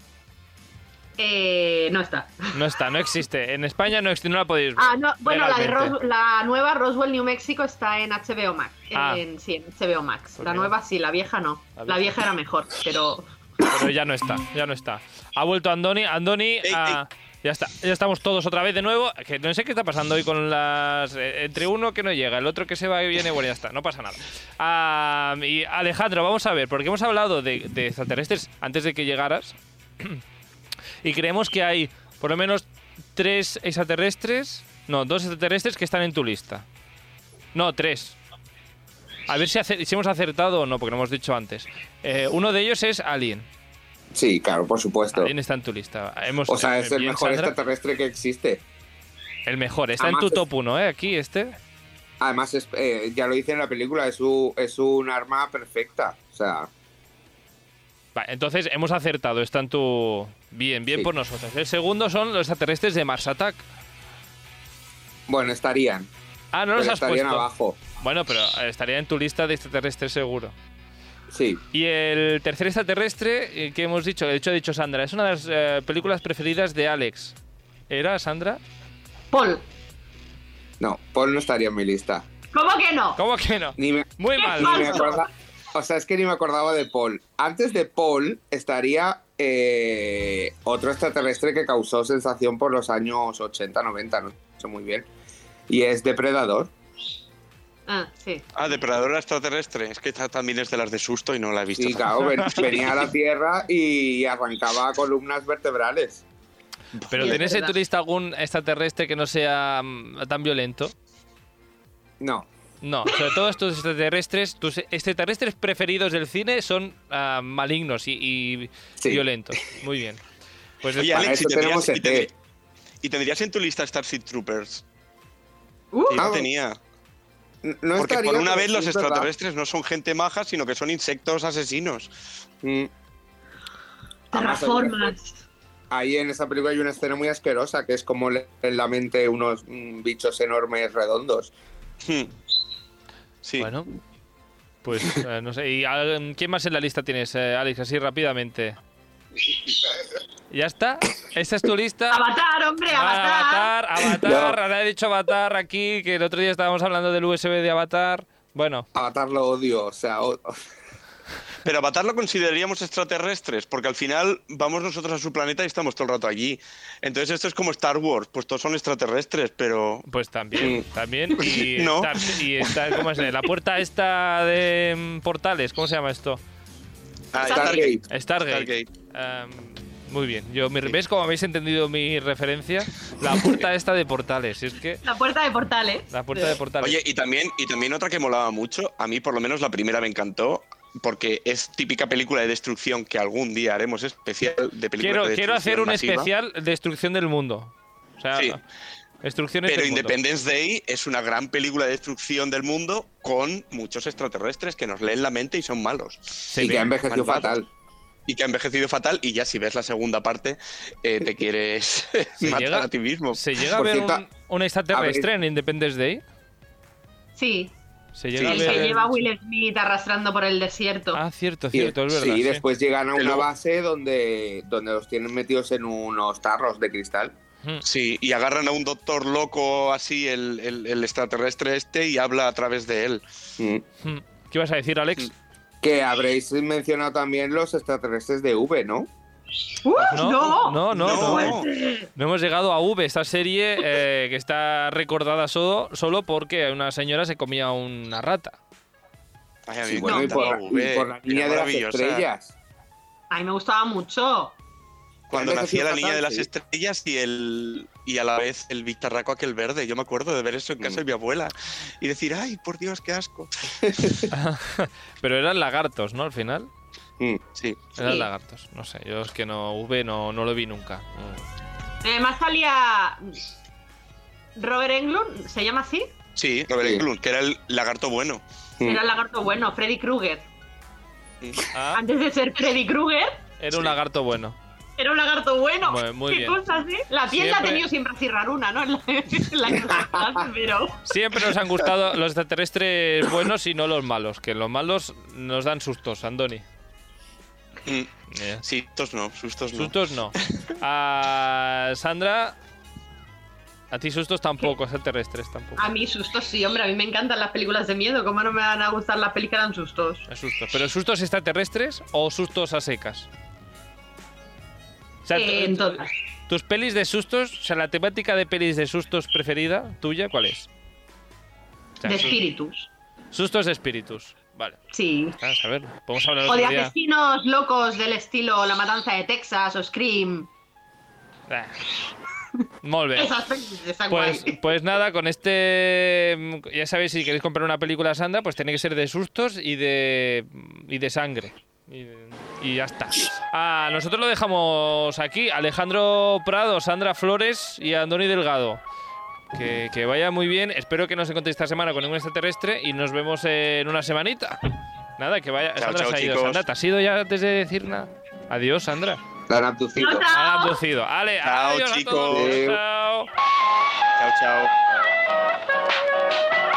Speaker 3: Eh, no está.
Speaker 1: No está, no existe. En España no existe, no la podéis ver.
Speaker 3: Ah, no, bueno, la, de
Speaker 1: legalmente.
Speaker 3: Ros- la nueva Roswell, New Mexico está en HBO Max.
Speaker 1: Ah.
Speaker 3: En, sí, en HBO Max.
Speaker 1: Pues
Speaker 3: la
Speaker 1: mira.
Speaker 3: nueva sí, la vieja no.
Speaker 1: La
Speaker 3: La
Speaker 1: vieja.
Speaker 3: vieja, era mejor, pero
Speaker 1: Pero ya no está, ya no está. Ha vuelto Andoni. Andoni, ah, ya está. Ya estamos todos otra vez de nuevo. Que no sé qué está pasando hoy con las. eh, Entre uno que no llega, el otro que se va y viene, bueno, ya está. No pasa nada. Ah, y Alejandro, vamos a ver, porque hemos hablado de, de extraterrestres antes de que llegaras. Y creemos que hay por lo menos tres extraterrestres. No, dos extraterrestres que están en tu lista. No, tres. A ver si, ace- si hemos acertado o no, porque lo hemos dicho antes. Eh, uno de ellos es Alien.
Speaker 12: Sí, claro, por supuesto.
Speaker 1: Alien está en tu lista. Hemos-
Speaker 12: O sea, es
Speaker 1: eh,
Speaker 12: el
Speaker 1: bien,
Speaker 12: mejor
Speaker 1: Sandra,
Speaker 12: extraterrestre que existe.
Speaker 1: El mejor. Está en
Speaker 12: Además
Speaker 1: tu
Speaker 12: es-
Speaker 1: top 1, ¿eh? Aquí, este.
Speaker 12: Además, es- eh, ya lo dice en la película, es, u- es un arma perfecta. O sea,
Speaker 1: Vale, entonces hemos acertado. Está en tu. Bien, bien por nosotros. El segundo son los extraterrestres de Mars Attack.
Speaker 12: bueno, estarían.
Speaker 1: Ah, no los
Speaker 12: pero
Speaker 1: has
Speaker 12: estarían
Speaker 1: puesto.
Speaker 12: abajo.
Speaker 1: Bueno, pero eh, estaría en tu lista de extraterrestres seguro.
Speaker 12: Sí.
Speaker 1: Y el tercer extraterrestre eh, que hemos dicho, de hecho ha dicho Sandra, es una de las eh, películas preferidas de Alex. ¿Era Sandra?
Speaker 3: Paul.
Speaker 12: No, Paul no estaría en mi lista.
Speaker 3: ¿Cómo que no?
Speaker 1: ¿Cómo que no?
Speaker 12: Ni me,
Speaker 1: Muy
Speaker 12: ni
Speaker 1: mal.
Speaker 12: me
Speaker 1: falso.
Speaker 12: acorda- o sea, es que ni me acordaba de Paul. Antes de Paul estaría eh, otro extraterrestre que causó sensación por los años 80, 90, no sé muy bien. Y es Depredador.
Speaker 3: Ah, sí.
Speaker 2: Ah, depredadora extraterrestre. Es que esta también es de las de susto y no la he visto.
Speaker 12: Sí, claro, ven- venía a la Tierra y arrancaba columnas vertebrales.
Speaker 1: Pero
Speaker 12: Sí, es
Speaker 1: ¿tenés en
Speaker 12: verdad.
Speaker 1: tu lista algún extraterrestre que no sea mm, tan violento?
Speaker 12: No.
Speaker 1: No, sobre todo estos extraterrestres, tus extraterrestres preferidos del cine son ah, malignos y, y violentos. Muy bien. Pues
Speaker 2: Oye,
Speaker 1: es-
Speaker 2: Alex, y
Speaker 12: E
Speaker 2: tendrías, y, tendrí- y tendrías en tu lista Starship Troopers. Que yo
Speaker 12: Ah,
Speaker 2: tenía.
Speaker 12: no
Speaker 2: Porque
Speaker 12: estaría,
Speaker 2: por una
Speaker 12: pero
Speaker 2: vez
Speaker 12: sí
Speaker 2: los
Speaker 12: es verdad.
Speaker 2: extraterrestres no son gente maja, sino que son insectos asesinos.
Speaker 12: Mm.
Speaker 1: Ah,
Speaker 12: Además, hay una- Ahí en esa película hay una escena muy asquerosa que es como le- en la mente unos mm, bichos enormes redondos.
Speaker 2: Hmm. Sí.
Speaker 1: Bueno, pues eh, no sé. ¿Y al- quién más en la lista tienes, eh, Alex? Así rápidamente. ¿Ya está? ¿Esta es tu lista?
Speaker 3: Avatar, hombre,
Speaker 1: Ah,
Speaker 3: avatar.
Speaker 1: Avatar, Avatar. Ahora he dicho Avatar aquí, que el otro día estábamos hablando del USB de Avatar. Bueno.
Speaker 12: Avatar lo odio, o sea.
Speaker 2: Pero Avatar lo consideraríamos extraterrestres, porque al final vamos nosotros a su planeta y estamos todo el rato allí. Entonces esto es como Star Wars, pues todos son extraterrestres, pero...
Speaker 1: Pues también, también. Y,
Speaker 2: No.
Speaker 1: estar, y estar- ¿cómo es? La puerta esta de mm, portales, ¿cómo se llama esto?
Speaker 2: Ah,
Speaker 12: Stargate.
Speaker 1: Stargate. Um, muy bien. Yo, mi- ¿Ves cómo habéis entendido mi referencia? La puerta esta de portales. Es que
Speaker 3: La puerta de portal, ¿eh?
Speaker 1: la puerta de portales.
Speaker 2: Oye, y también, y también otra que molaba mucho, a mí por lo menos la primera me encantó, porque es típica película de destrucción que algún día haremos especial de película
Speaker 1: quiero,
Speaker 2: de
Speaker 1: quiero hacer
Speaker 2: destrucción
Speaker 1: un
Speaker 2: masiva.
Speaker 1: especial Destrucción del Mundo. O sea,
Speaker 2: Sí.
Speaker 1: destrucciones
Speaker 2: Pero
Speaker 1: del este mundo.
Speaker 2: Independence Day es una gran película de destrucción del mundo con muchos extraterrestres que nos leen la mente y son malos.
Speaker 12: y que ha envejecido fatal.
Speaker 2: Y que ha envejecido fatal y ya si ves la segunda parte eh, te quieres matar
Speaker 1: llega-
Speaker 2: a ti mismo.
Speaker 1: ¿Se llega a ver un, un extraterrestre en Independence Day?
Speaker 3: Sí.
Speaker 1: ¿Se llega
Speaker 3: sí,
Speaker 1: a ver?
Speaker 3: que lleva a Will Smith arrastrando por el desierto.
Speaker 1: Ah, cierto, cierto, es verdad.
Speaker 12: sí, después llegan a
Speaker 1: Pero-
Speaker 12: una base donde, donde los tienen metidos en unos tarros de cristal.
Speaker 2: Sí, y agarran a un doctor loco así, el, el- el extraterrestre este, y habla a través de él.
Speaker 1: Hmm. ¿Qué ibas a decir, Alex?
Speaker 12: Que habréis mencionado también los extraterrestres de V, ¿no?
Speaker 3: Uh,
Speaker 1: pues No, uh, no, no, no.
Speaker 12: No.
Speaker 1: No hemos llegado a V, esta serie eh, que está recordada solo, solo porque una señora se comía una rata. Eh,
Speaker 2: Ay, a
Speaker 12: Sí, bueno, y por, la-
Speaker 2: eh,
Speaker 12: y por la niña de las estrellas.
Speaker 3: A mí me gustaba mucho.
Speaker 2: Cuando
Speaker 12: Era
Speaker 2: nacía la
Speaker 12: fatal,
Speaker 2: niña de las
Speaker 12: sí.
Speaker 2: estrellas y el y a la vez el bizarraco aquel verde. Yo me acuerdo de ver eso
Speaker 12: Mm.
Speaker 2: en casa de mi abuela y decir, ay, por Dios, qué asco.
Speaker 1: Pero eran lagartos, ¿no? Al final.
Speaker 12: Mm,
Speaker 2: Sí.
Speaker 1: Eran
Speaker 3: Sí.
Speaker 1: lagartos. No sé, yo es que no, V no, no lo vi nunca. Mm.
Speaker 3: Además salía. Robert Englund, ¿se llama así?
Speaker 2: Sí, Robert Englund, que era el lagarto bueno.
Speaker 3: Era el lagarto bueno, Freddy Krueger.
Speaker 1: Ah,
Speaker 3: Antes de ser Freddy Krueger,
Speaker 1: era un lagarto bueno.
Speaker 3: era un lagarto bueno.
Speaker 1: Muy- muy
Speaker 3: Qué
Speaker 1: bien.
Speaker 3: cosa, ¿sí? La piel la ha
Speaker 1: Siempre-
Speaker 3: tenido siempre así raruna, ¿no? En la, en la casa, pero.
Speaker 1: Siempre nos han gustado los extraterrestres buenos y no los malos, que los malos nos dan sustos, Andoni.
Speaker 2: Mm,
Speaker 1: Eh,
Speaker 2: Sí, sustos no, sustos no.
Speaker 1: Sustos no. A Sandra, a ti sustos tampoco, extraterrestres tampoco.
Speaker 3: A mí sustos sí, hombre, a mí me encantan las películas de miedo. ¿Cómo no me van a gustar las películas dan sustos?
Speaker 1: A sustos. ¿Pero sustos extraterrestres o sustos a secas? O sea,
Speaker 3: Eh,
Speaker 1: tu-
Speaker 3: en todas.
Speaker 1: ¿Tus pelis de sustos, o sea, la temática de pelis de sustos preferida tuya, cuál es? O sea,
Speaker 3: De
Speaker 1: sus-
Speaker 3: espíritus.
Speaker 1: Sustos de espíritus, vale.
Speaker 3: Sí.
Speaker 1: Vamos a ver, podemos hablar
Speaker 3: O de
Speaker 1: otro día.
Speaker 3: asesinos locos del estilo La Matanza de Texas o Scream.
Speaker 1: Ah. Molt bé.
Speaker 3: Esas pelis están
Speaker 1: Pues,
Speaker 3: guay.
Speaker 1: pues nada, con este. mm, Ya sabéis, si queréis comprar una película a Sandra, pues tiene que ser de sustos y de. y de sangre. Y, de- y ya está. Ah, nosotros lo dejamos aquí. Alejandro Prado, Sandra Flores y Andoni Delgado. Que, que vaya muy bien. Espero que no se encontréis esta semana con ningún extraterrestre y nos vemos en una semanita. Nada, que vaya.
Speaker 2: Chao,
Speaker 1: Sandra
Speaker 2: chao,
Speaker 1: se ha ido.
Speaker 2: chicos.
Speaker 1: Sandra, ¿te has ido ya antes de decir nada? Adiós, Sandra.
Speaker 12: La han abducido.
Speaker 1: Han abducido. Ale,
Speaker 2: Chao,
Speaker 1: adiós a todos.
Speaker 2: chicos.
Speaker 1: Chao.
Speaker 2: Chao, chao.